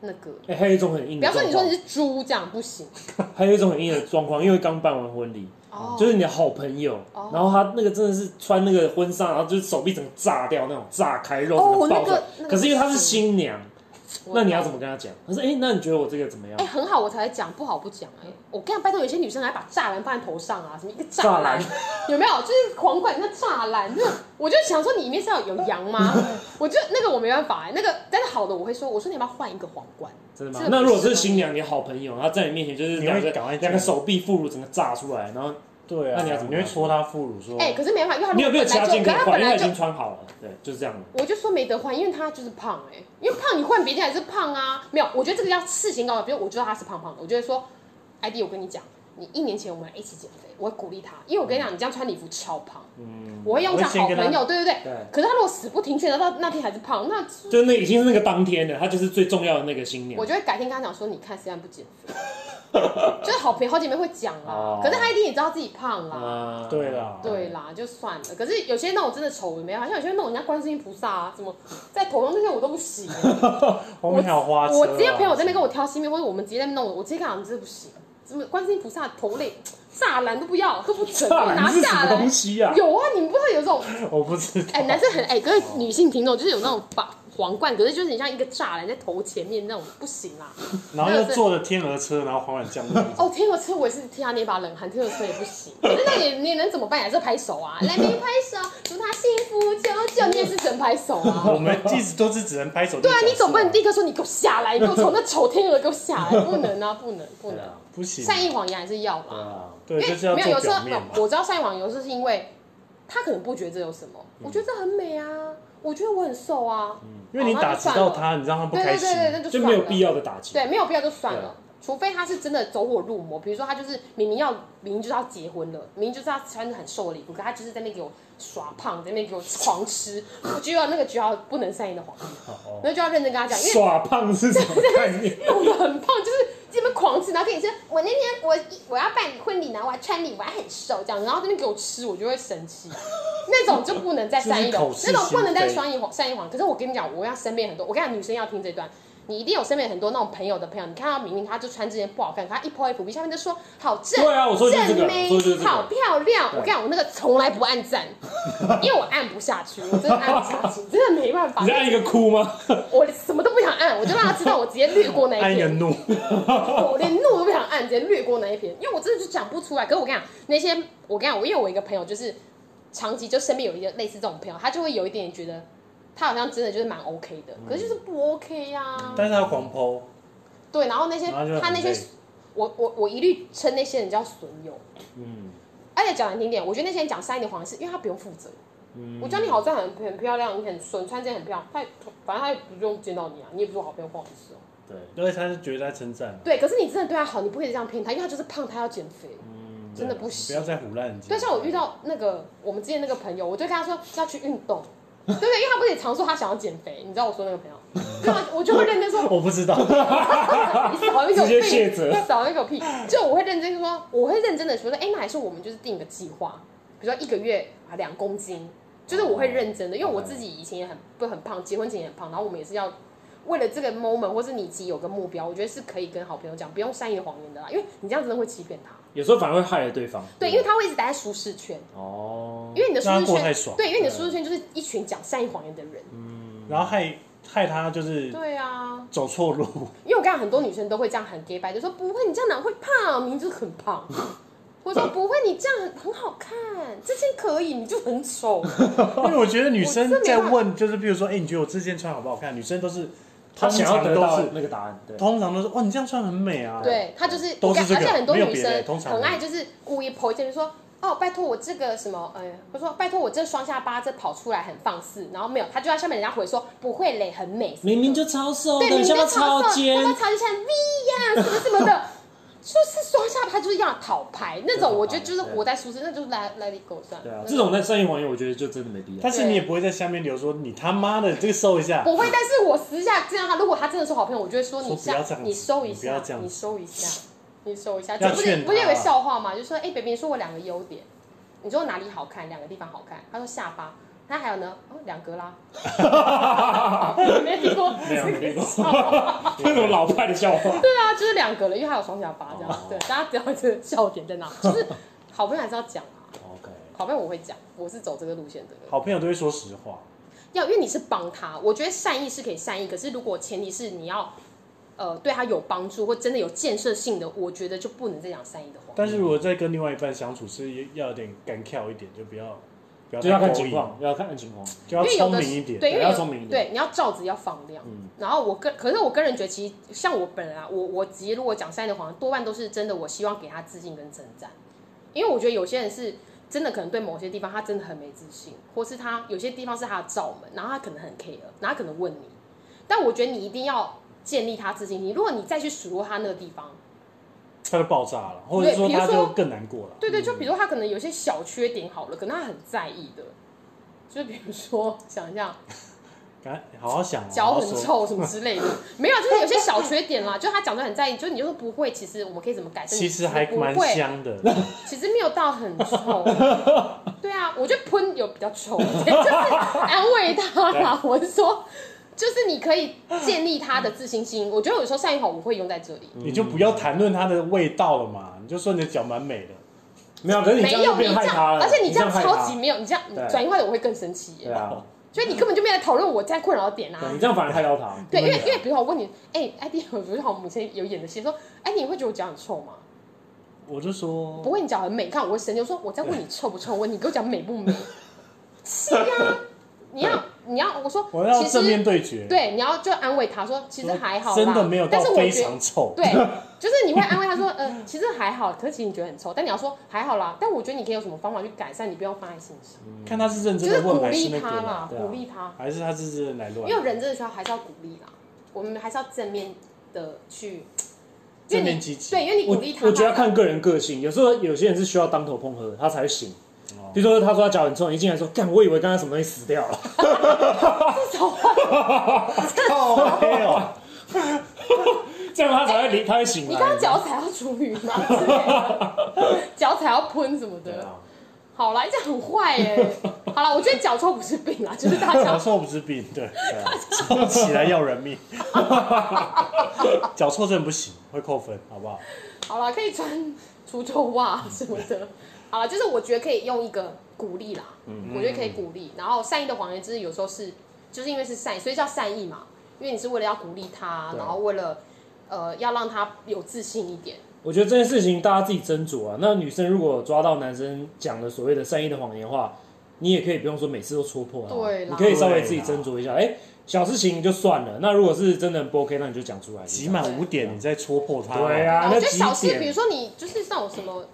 [SPEAKER 4] 那个。
[SPEAKER 3] 哎、还有一种很
[SPEAKER 2] 嗯
[SPEAKER 3] 硬
[SPEAKER 4] 比
[SPEAKER 3] 的
[SPEAKER 4] 方
[SPEAKER 3] 状
[SPEAKER 4] 说，你说
[SPEAKER 3] 况
[SPEAKER 4] 你，是猪这样不行
[SPEAKER 3] 还有一种很硬的状况，因为刚办完婚礼，
[SPEAKER 2] 嗯
[SPEAKER 4] 哦，
[SPEAKER 3] 就是你的好朋友，
[SPEAKER 4] 哦
[SPEAKER 3] 然后他那个真的是穿那个婚纱，然后就是手臂整个炸掉那种，炸开肉
[SPEAKER 4] 哦
[SPEAKER 3] 整个爆出来。
[SPEAKER 4] 那个那个
[SPEAKER 3] 可是因为她是新娘，
[SPEAKER 4] 我
[SPEAKER 3] 那你要怎么跟她讲？她说：“哎、那你觉得我这个怎么样
[SPEAKER 4] 哎、？”很好，我才讲，不好不讲哎、我跟你讲，拜托，有些女生还把栅栏放在头上啊，什么一个栅栏，
[SPEAKER 3] 栅
[SPEAKER 4] 有没有？就是皇冠那栅栏，那我就想说，你里面是要有羊吗？
[SPEAKER 3] (laughs)
[SPEAKER 4] 我就那个我没办法哎、那个但是好的我会说，我说你要不要换一个皇冠？
[SPEAKER 3] 真的
[SPEAKER 4] 这
[SPEAKER 3] 吗
[SPEAKER 4] 个？
[SPEAKER 3] 那如果是新娘，你好朋友，她在你面前就是两
[SPEAKER 2] 你
[SPEAKER 3] 个
[SPEAKER 2] 会赶快
[SPEAKER 3] 两个手臂副乳整个炸出来，然后
[SPEAKER 2] 对啊，
[SPEAKER 3] 那你要怎么
[SPEAKER 2] 你会戳他副乳说？
[SPEAKER 4] 哎、可是没办法，因为他
[SPEAKER 3] 哦你有
[SPEAKER 4] 如
[SPEAKER 3] 没有
[SPEAKER 4] 果本
[SPEAKER 3] 其他
[SPEAKER 4] 来就，
[SPEAKER 3] 件可以
[SPEAKER 4] 他
[SPEAKER 3] 换？
[SPEAKER 4] 本
[SPEAKER 3] 因为她
[SPEAKER 4] 来
[SPEAKER 3] 已
[SPEAKER 4] 就
[SPEAKER 3] 经穿好了，对，就是这样的。
[SPEAKER 4] 我就说没得换，因为他就是胖哎、因为胖你换别人还是胖啊。没有，我觉得这个要事情搞，比如我知道他是胖胖的，我就会说，ID，我跟你讲，你一年前我们来一起减肥，我会鼓励他，因为我跟你讲，你这样穿礼服超胖，我会用
[SPEAKER 2] 我会
[SPEAKER 4] 讲
[SPEAKER 2] 先
[SPEAKER 4] 好
[SPEAKER 2] 跟他
[SPEAKER 4] 朋友，对对对。
[SPEAKER 3] 对，
[SPEAKER 4] 可是他如果死不听劝，那到那天还是胖，那
[SPEAKER 3] 就那已经是那个当天的，她就是最重要的那个新娘
[SPEAKER 4] 我。就会改天跟他讲说，你看谁还不减
[SPEAKER 2] (laughs)
[SPEAKER 4] 肥，就是好朋友好姐妹会讲啦
[SPEAKER 3] 哦。
[SPEAKER 4] 可是他一定也知道自己胖啦。
[SPEAKER 2] 嗯
[SPEAKER 3] 啊
[SPEAKER 2] 对啦，
[SPEAKER 4] 对啦，就算了。可是有些那种真的丑的没有，啊像有些那种人家观世音菩萨啊，什么在头上那些我都不行、欸
[SPEAKER 2] 后面还有花车啊。
[SPEAKER 4] 我直接朋友在那边跟我挑新面，或者我们直接在那边弄，我直接跟他讲，你这不行，什么观世音菩萨头类 (sniffs) 栅栏都不要，都不准，给我
[SPEAKER 3] 栅 (laughs)
[SPEAKER 4] 拿
[SPEAKER 3] 栏是什
[SPEAKER 4] 下
[SPEAKER 3] 么
[SPEAKER 2] (laughs)
[SPEAKER 3] 东
[SPEAKER 4] 来。
[SPEAKER 3] 西啊？
[SPEAKER 4] 有啊，你们不知道有这种，
[SPEAKER 2] 我不知道。
[SPEAKER 4] 哎、男生很哎、各位女性听众就是有那种把皇冠，可是就是你像一个栅栏在头前面那种，不行啦。
[SPEAKER 2] 然后又坐着天鹅车，然后缓缓降
[SPEAKER 4] (laughs)
[SPEAKER 2] 落。
[SPEAKER 4] 哦，天鹅车我也是替他捏把冷汗，天鹅车也不行。 (laughs) 可是那也你也能怎么办？还是拍手啊，来宾拍手，祝他幸福久久，你也是只能拍手啊。
[SPEAKER 2] 我们一直都是只能拍手。
[SPEAKER 4] 对啊，你总不能立刻说你给我下来，你给我从那丑天鹅给我下来，不能啊， (laughs) 不能，不能。
[SPEAKER 2] 不行，
[SPEAKER 4] 善意谎言还是要啦。
[SPEAKER 3] 啊，
[SPEAKER 2] 啊对，
[SPEAKER 4] 因为
[SPEAKER 2] 就是要
[SPEAKER 4] 没有
[SPEAKER 2] 做
[SPEAKER 4] 有时
[SPEAKER 2] 表
[SPEAKER 4] 候
[SPEAKER 2] 面嘛。
[SPEAKER 4] 我知道晒网游时候是因为他可能不觉得这有什么，我觉得这很美啊，我觉得我很瘦啊，
[SPEAKER 2] 嗯因为你打击到他，你让他不
[SPEAKER 4] 对
[SPEAKER 2] 开
[SPEAKER 4] 对
[SPEAKER 2] 心
[SPEAKER 4] 对。对，那就
[SPEAKER 3] 就
[SPEAKER 4] 算
[SPEAKER 3] 没有
[SPEAKER 4] 了
[SPEAKER 3] 必，要的打击。
[SPEAKER 4] 啊对，没有必要就算
[SPEAKER 3] 对啊
[SPEAKER 4] 了。除非他是真的走火入魔，比如说他就是明明要明明就是要结婚了，明明就是要穿着很瘦的礼服，可他就是在那边给我耍胖，在那边给我狂吃，我就要那个就要不能善意的谎言，那就要认真跟他讲，因为
[SPEAKER 3] 耍胖是什么概
[SPEAKER 4] (laughs)
[SPEAKER 3] 念？
[SPEAKER 4] 弄得很胖，就是这边狂吃，然后跟你说，我那天我我要办婚礼，然后我要穿礼，我还很瘦这样，然后这边给我吃，我就会生气。那种就不能再善意的
[SPEAKER 2] 就是口，是
[SPEAKER 4] 那种不能再
[SPEAKER 2] 心非
[SPEAKER 4] 双一谎善意谎。可是我跟你讲，我要身边很多，我跟你讲，女生要听这段。你一定有身边很多那种朋友的朋友，你看到明明她就穿这件不好看，可她一 po FB 下面就说好正，
[SPEAKER 3] 对啊我说的就是这
[SPEAKER 4] 正
[SPEAKER 3] 个
[SPEAKER 4] 妹
[SPEAKER 3] 我说的就是这个
[SPEAKER 4] 好漂亮。我
[SPEAKER 3] 对
[SPEAKER 4] 跟你讲，我那个从来不按赞，因为我按不下去，我真的按不下去，真的没办法
[SPEAKER 3] 你。在按一个哭吗？
[SPEAKER 4] 我什么都不想按，我就让他知道我直接略过那
[SPEAKER 2] 按
[SPEAKER 4] 一
[SPEAKER 2] 一个
[SPEAKER 4] 篇。
[SPEAKER 2] 怒，
[SPEAKER 4] 我连怒都不想按，直接略过那一篇，因为我真的就讲不出来。可是我跟你讲，那些我跟你讲，我因为我一个朋友就是长期就身边有一个类似这种朋友，他就会有一点觉得他好像真的就是蛮 OK 的，可是就是不 OK 呀、
[SPEAKER 2] 但是他狂剖，
[SPEAKER 4] 对，然后那些
[SPEAKER 2] 嗯然后就很
[SPEAKER 4] 他那些
[SPEAKER 2] 累，
[SPEAKER 4] 我我我一律称那些人叫损友。
[SPEAKER 3] 嗯，
[SPEAKER 4] 而且讲难听点，我觉得那些人讲善意的谎言是因为他不用负责。
[SPEAKER 2] 嗯
[SPEAKER 4] 我觉得你好像很很漂亮，你很顺，穿这件很漂亮，他也反正他也不用见到你啊，你也不是我好朋友，不好意思哦、
[SPEAKER 3] (laughs) 对，
[SPEAKER 2] 因为他是觉得他称赞嘛，
[SPEAKER 4] 对，可是你真的对他好，你不可以这样骗他，因为他就是胖，他要减肥，真的
[SPEAKER 2] 嗯
[SPEAKER 4] 不
[SPEAKER 2] 不
[SPEAKER 4] 行
[SPEAKER 2] 要。再胡乱人家。
[SPEAKER 4] 对，像我遇到那个我们之前那个朋友，我就跟他说要去运动，对不对？因为他不是也常说他想要减肥，你知道我说那个
[SPEAKER 2] (laughs)
[SPEAKER 4] 朋友，对啊，我就会认真说，
[SPEAKER 2] 我不知道，
[SPEAKER 4] (laughs) 你少一个
[SPEAKER 3] 直接
[SPEAKER 4] 屁
[SPEAKER 3] 卸责，
[SPEAKER 4] 少一个屁，就我会认真说，我会认真的说，哎，那还是我们就是定个计划，比如说一个月啊两公斤，就是我会认真的，因为我自己以前也很不很胖，结婚前也很胖，然后我们也是要为了这个 moment 或是你自己有个目标，我觉得是可以跟好朋友讲，不用善意的谎言的啦，因为你这样真的会欺骗他，
[SPEAKER 3] 有时候反而会害了对方。
[SPEAKER 4] 对，因为他会一直待在舒适圈，
[SPEAKER 3] 哦，
[SPEAKER 4] 因为你的舒
[SPEAKER 2] 让
[SPEAKER 4] 适
[SPEAKER 2] 他过
[SPEAKER 4] 圈
[SPEAKER 2] 太爽
[SPEAKER 4] 对，因为你的舒适圈就是一群讲善意谎言的人，
[SPEAKER 2] 然后害害他就是
[SPEAKER 4] 对啊，
[SPEAKER 2] 走错路，
[SPEAKER 4] 因为我看很多女生都会这样很 gay 白，就说不会，你这样哪会胖？明明就很胖。我说不会，你这样很好看，这件可以，你就很丑。
[SPEAKER 2] 因为我觉得女生
[SPEAKER 4] 我真的没
[SPEAKER 2] 在
[SPEAKER 4] 办法
[SPEAKER 2] 问，就是比如说，哎，你觉得我这件穿好不好看？女生都是
[SPEAKER 3] 他
[SPEAKER 2] 通
[SPEAKER 3] 想要
[SPEAKER 2] 常
[SPEAKER 3] 得
[SPEAKER 2] 都
[SPEAKER 3] 到
[SPEAKER 2] 是
[SPEAKER 3] 那个答案，对，
[SPEAKER 2] 通常都是哇，哦你这样穿很美啊。
[SPEAKER 4] 对她就是，
[SPEAKER 2] 都
[SPEAKER 4] 我
[SPEAKER 2] 是
[SPEAKER 4] 看
[SPEAKER 2] 这个
[SPEAKER 4] 而且很多
[SPEAKER 2] 没有
[SPEAKER 4] 女
[SPEAKER 2] 别的
[SPEAKER 4] 生
[SPEAKER 2] 通常
[SPEAKER 4] 很
[SPEAKER 2] 没有
[SPEAKER 4] 爱就是故意 po 一件，就说哦，拜托我这个什么，哎，我说拜托我这双下巴这跑出来很放肆，然后没有，她就在下面人家回说不会嘞，很美。
[SPEAKER 3] 明明就超瘦
[SPEAKER 4] 对，明
[SPEAKER 3] 的，
[SPEAKER 4] 明
[SPEAKER 3] 下巴
[SPEAKER 4] 就超瘦，
[SPEAKER 3] 尖
[SPEAKER 4] 下，巴超尖像 V 呀、什么什么的。就是双下巴就是要讨牌那种，
[SPEAKER 3] 对
[SPEAKER 4] 我觉得就是
[SPEAKER 3] 对
[SPEAKER 4] 活在舒适，那就是来来 let it go 算了。
[SPEAKER 3] 对啊，
[SPEAKER 4] 那
[SPEAKER 3] 这种在善意谎言，我觉得就真的没必要
[SPEAKER 2] 但。是你也不会在下面留说你他妈的这个收一下，
[SPEAKER 4] 不会，但是我私下见到他，如果他真的是好朋友，我就会说你
[SPEAKER 2] 说不要
[SPEAKER 4] 下
[SPEAKER 2] 这样，子
[SPEAKER 4] 你收一
[SPEAKER 2] 你不要
[SPEAKER 4] 下
[SPEAKER 2] 这，样
[SPEAKER 4] 你收一下，你收一下。就
[SPEAKER 2] 要
[SPEAKER 4] 不是
[SPEAKER 2] 劝
[SPEAKER 4] 不是有
[SPEAKER 2] 他
[SPEAKER 4] 个
[SPEAKER 2] 啊
[SPEAKER 4] 笑话嘛？就说哎、b a b y 你说我两个优点，你说我哪里好看，两个地方好看。他说下巴，那还有呢？哦，两格
[SPEAKER 2] (laughs)
[SPEAKER 4] 啦。没听过
[SPEAKER 3] 没
[SPEAKER 4] 这
[SPEAKER 3] 有
[SPEAKER 4] 个
[SPEAKER 3] 没有
[SPEAKER 4] (laughs) 笑
[SPEAKER 3] (laughs)
[SPEAKER 4] 话，
[SPEAKER 3] 这种老派的笑话，
[SPEAKER 4] 对啊，就是两格了，因为他有双下巴这
[SPEAKER 2] 哦
[SPEAKER 4] 样。对，大家知道这个笑点在哪，就是好朋友还是要讲啊。
[SPEAKER 3] OK，
[SPEAKER 4] 好朋友我会讲，我是走这个路线的人。
[SPEAKER 2] 好朋友都会说实话。
[SPEAKER 4] 要，因为你是帮他，我觉得善意是可以善意，可是如果前提是你要，呃，对他有帮助或真的有建设性的，我觉得就不能再讲善意的话。
[SPEAKER 2] 但是如果在跟另外一半相处是要有点干跳一点，就不要不要
[SPEAKER 3] 就要
[SPEAKER 2] 太
[SPEAKER 3] 看
[SPEAKER 2] 过
[SPEAKER 3] 情
[SPEAKER 2] 瘾，
[SPEAKER 3] 况，要看情况。
[SPEAKER 2] 就要
[SPEAKER 4] 因为有
[SPEAKER 2] 聪
[SPEAKER 4] 的
[SPEAKER 2] 明一点。
[SPEAKER 4] 对，因为
[SPEAKER 3] 要
[SPEAKER 4] 有
[SPEAKER 3] 聪明一点
[SPEAKER 4] 对，你要罩子要放亮。然后我跟，可是我个人觉得，其实像我本人啊，我我直接如果讲善意的谎言，多半都是真的，我希望给他自信跟称赞，因为我觉得有些人是真的可能对某些地方他真的很没自信，或是他有些地方是他的罩门，然后他可能很 care，然后他可能问你，但我觉得你一定要建立他自信心。如果你再去数落他那个地方，
[SPEAKER 2] 他就爆炸了，或者说
[SPEAKER 4] 对比如
[SPEAKER 2] 他
[SPEAKER 4] 说
[SPEAKER 2] 就更难过了。
[SPEAKER 4] 对对，就比如说他可能有些小缺点好了，可能他很在意的，就比如说想一下，
[SPEAKER 2] 赶好好想哦，
[SPEAKER 4] 脚
[SPEAKER 2] 好
[SPEAKER 4] 很
[SPEAKER 2] 好说，
[SPEAKER 4] 臭什么之类的，没有，啊就是有些小缺点啦，就他讲的很在意，就是你就说不会，其实我们可以怎么改善？
[SPEAKER 2] 其实还
[SPEAKER 4] 你不
[SPEAKER 2] 蛮
[SPEAKER 4] 会，
[SPEAKER 2] 香
[SPEAKER 4] (laughs)
[SPEAKER 2] 的。
[SPEAKER 4] 其实没有到很臭。对啊，我觉得喷有比较臭 (laughs) 一点，就是安慰他啦。我是说，就是你可以建立他的自信心。我觉得有时候善意好，我会用在这里。
[SPEAKER 2] 你就不要谈论它的味道了嘛，你就说你的脚蛮美的。
[SPEAKER 3] 没有，可是你
[SPEAKER 4] 没
[SPEAKER 3] 这样
[SPEAKER 4] 有
[SPEAKER 3] 就
[SPEAKER 4] 你
[SPEAKER 3] 变
[SPEAKER 4] 这
[SPEAKER 3] 害他
[SPEAKER 4] 样，
[SPEAKER 3] 了，
[SPEAKER 4] 而且你这样
[SPEAKER 3] 害
[SPEAKER 4] 超
[SPEAKER 3] 他
[SPEAKER 4] 级没有，你这样
[SPEAKER 3] 对
[SPEAKER 4] 转移话题我会更生气
[SPEAKER 3] 对
[SPEAKER 4] 耶。
[SPEAKER 3] 啊，
[SPEAKER 4] 所以你根本就没来讨论我在困扰的点啊。
[SPEAKER 3] 对你这样反而害到他。
[SPEAKER 4] 对，因为因为比如说我问你，哎、艾迪，比如说我母亲有演的戏，说，哎、你会觉得我脚很臭吗？
[SPEAKER 2] 我就说
[SPEAKER 4] 不会，你脚很美，你看我会生气。我说我在问你臭不臭，我问你给我讲美不
[SPEAKER 2] (laughs)
[SPEAKER 4] 美？是呀、你要你要我说，
[SPEAKER 2] 我要
[SPEAKER 4] 其
[SPEAKER 2] 正面
[SPEAKER 4] 实
[SPEAKER 2] 对决，
[SPEAKER 4] 对，你要就安慰他说，其实还好啦，
[SPEAKER 2] 真的没有到
[SPEAKER 4] 但是我
[SPEAKER 2] 非
[SPEAKER 4] 觉得
[SPEAKER 2] 常臭。
[SPEAKER 4] 对，就是你会安
[SPEAKER 2] (laughs)
[SPEAKER 4] 慰他说，呃，其实还好，可是其实你觉得很臭，但你要说还好啦，但我觉得你可以有什么方法去改善，你不要放在心上，
[SPEAKER 3] 嗯
[SPEAKER 2] 看他是认
[SPEAKER 4] 就
[SPEAKER 2] 真
[SPEAKER 4] 是
[SPEAKER 2] 的问
[SPEAKER 4] 鼓
[SPEAKER 2] 还是
[SPEAKER 4] 励
[SPEAKER 2] 那个
[SPEAKER 4] 他啦
[SPEAKER 2] 啦，，
[SPEAKER 3] 对啊
[SPEAKER 4] 鼓励他。
[SPEAKER 2] 还是他是真的来乱
[SPEAKER 4] 因为？
[SPEAKER 2] (laughs)
[SPEAKER 4] 人真的需要还是要鼓励啦，我们还是要正面的去，因
[SPEAKER 2] 正
[SPEAKER 4] 为
[SPEAKER 2] 面
[SPEAKER 4] 你
[SPEAKER 2] 积极
[SPEAKER 4] 对，因为你
[SPEAKER 3] 我
[SPEAKER 4] 鼓励他嘛，
[SPEAKER 3] 我觉得要看个人个性，有时候有些人是需要当头碰喝，他才会醒。
[SPEAKER 2] 哦
[SPEAKER 3] 比如说，他说他脚很臭，你一进来说，干，我以为刚刚什么东西死掉了。
[SPEAKER 4] 这种话
[SPEAKER 2] 靠没有，
[SPEAKER 3] 这样他才会离，他会醒
[SPEAKER 4] 你
[SPEAKER 3] 来。
[SPEAKER 4] 刚刚脚踩到厨余
[SPEAKER 3] (laughs)
[SPEAKER 4] 嘛，之类的脚踩到喷什么
[SPEAKER 3] 啊对
[SPEAKER 4] 的，
[SPEAKER 3] 啊
[SPEAKER 4] 好啦，这样很坏耶、
[SPEAKER 3] (laughs)
[SPEAKER 4] 好啦，我觉得脚臭不是病啦，就是大
[SPEAKER 2] 脚
[SPEAKER 4] 家
[SPEAKER 2] 臭不是病，对，臭起来要人命。脚臭真的不行，会扣分，好不好？
[SPEAKER 4] 好啦，可以穿除臭袜什么的。好啦，就是我觉得可以用一个鼓励啦，
[SPEAKER 3] 嗯
[SPEAKER 4] 我觉得可以鼓励。然后善意的谎言，就是有时候是，就是因为是善意，所以叫善意嘛，因为你是为了要鼓励他，
[SPEAKER 3] 对啊
[SPEAKER 4] 然后为了呃要让他有自信一点。
[SPEAKER 3] 我觉得这件事情大家自己斟酌啊。那女生如果抓到男生讲的所谓的善意的谎言的话，你也可以不用说每次都戳破他，啊
[SPEAKER 4] 对啦
[SPEAKER 3] 你可以稍微自己斟酌一下。哎、小事情就算了，那如果是真的很不 OK，那你就讲出来。啊
[SPEAKER 2] 集满五点，你再戳破他。哦
[SPEAKER 3] 对啊
[SPEAKER 4] 然后我觉得
[SPEAKER 3] 那
[SPEAKER 4] 哦小
[SPEAKER 3] 几
[SPEAKER 4] 事，
[SPEAKER 3] 点
[SPEAKER 4] 比如说你就是那种什么。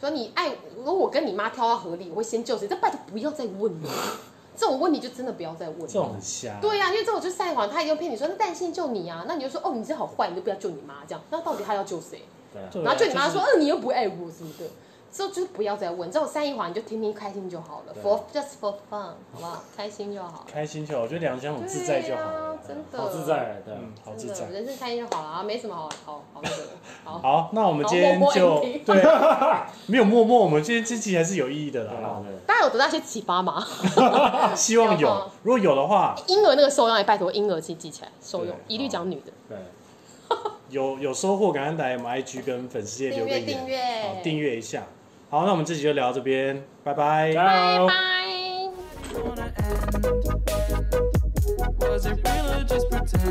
[SPEAKER 4] 说你爱，如果我跟你妈跳到河里，我会先救谁？这拜托不要再问了，
[SPEAKER 2] (laughs)
[SPEAKER 4] 这种问题就真的不要再问了。
[SPEAKER 2] 这种很瞎。
[SPEAKER 4] 对啊呀、因为这种就是善意谎，他已经骗你说那但性救你啊，那你就说哦，你这好坏，你就不要救你妈这样。那到底他要救谁？
[SPEAKER 3] 对啊
[SPEAKER 2] 对啊，
[SPEAKER 4] 然后就你妈说，
[SPEAKER 2] 就是
[SPEAKER 4] 嗯，你又不爱我什么的，之后就是不要再问这种善意谎，你就听听开心就好了
[SPEAKER 3] 对
[SPEAKER 4] ，for just for fun，好不好？开心就好。
[SPEAKER 2] 开心就好，我觉得两相很自在就好
[SPEAKER 4] 对
[SPEAKER 2] 了
[SPEAKER 4] 啊。真的
[SPEAKER 3] 好自在，对啊。
[SPEAKER 2] 嗯，好
[SPEAKER 4] 真
[SPEAKER 2] 自在
[SPEAKER 4] 的，。人生开心就好了啊，没什么好好好那个的。好，
[SPEAKER 2] 好，那我们今天
[SPEAKER 4] 好默默
[SPEAKER 2] 就
[SPEAKER 4] ending
[SPEAKER 2] 对， (laughs) 没有默默，我们今天这期还是有意义的
[SPEAKER 3] 对啊
[SPEAKER 2] 啦。
[SPEAKER 3] 对啊
[SPEAKER 4] 大家有得到一些启发吗？啊
[SPEAKER 2] 希望
[SPEAKER 4] 不要
[SPEAKER 2] 有
[SPEAKER 4] 放，
[SPEAKER 2] 如果有的话，
[SPEAKER 4] 婴儿那个受用，也拜托婴儿记记起来受用
[SPEAKER 2] 对，
[SPEAKER 4] 一律讲女的。
[SPEAKER 3] 对啊
[SPEAKER 2] 有有收获，赶快来我们 IG 跟粉丝页留
[SPEAKER 4] 订
[SPEAKER 2] 个
[SPEAKER 4] 阅
[SPEAKER 2] 言，
[SPEAKER 4] 订
[SPEAKER 2] 好
[SPEAKER 4] 阅，
[SPEAKER 2] 订阅一下。好，那我们这集就聊到这边，拜拜。
[SPEAKER 3] 加油
[SPEAKER 4] 拜！拜。
[SPEAKER 1] wanna end? Was it real or just pretend?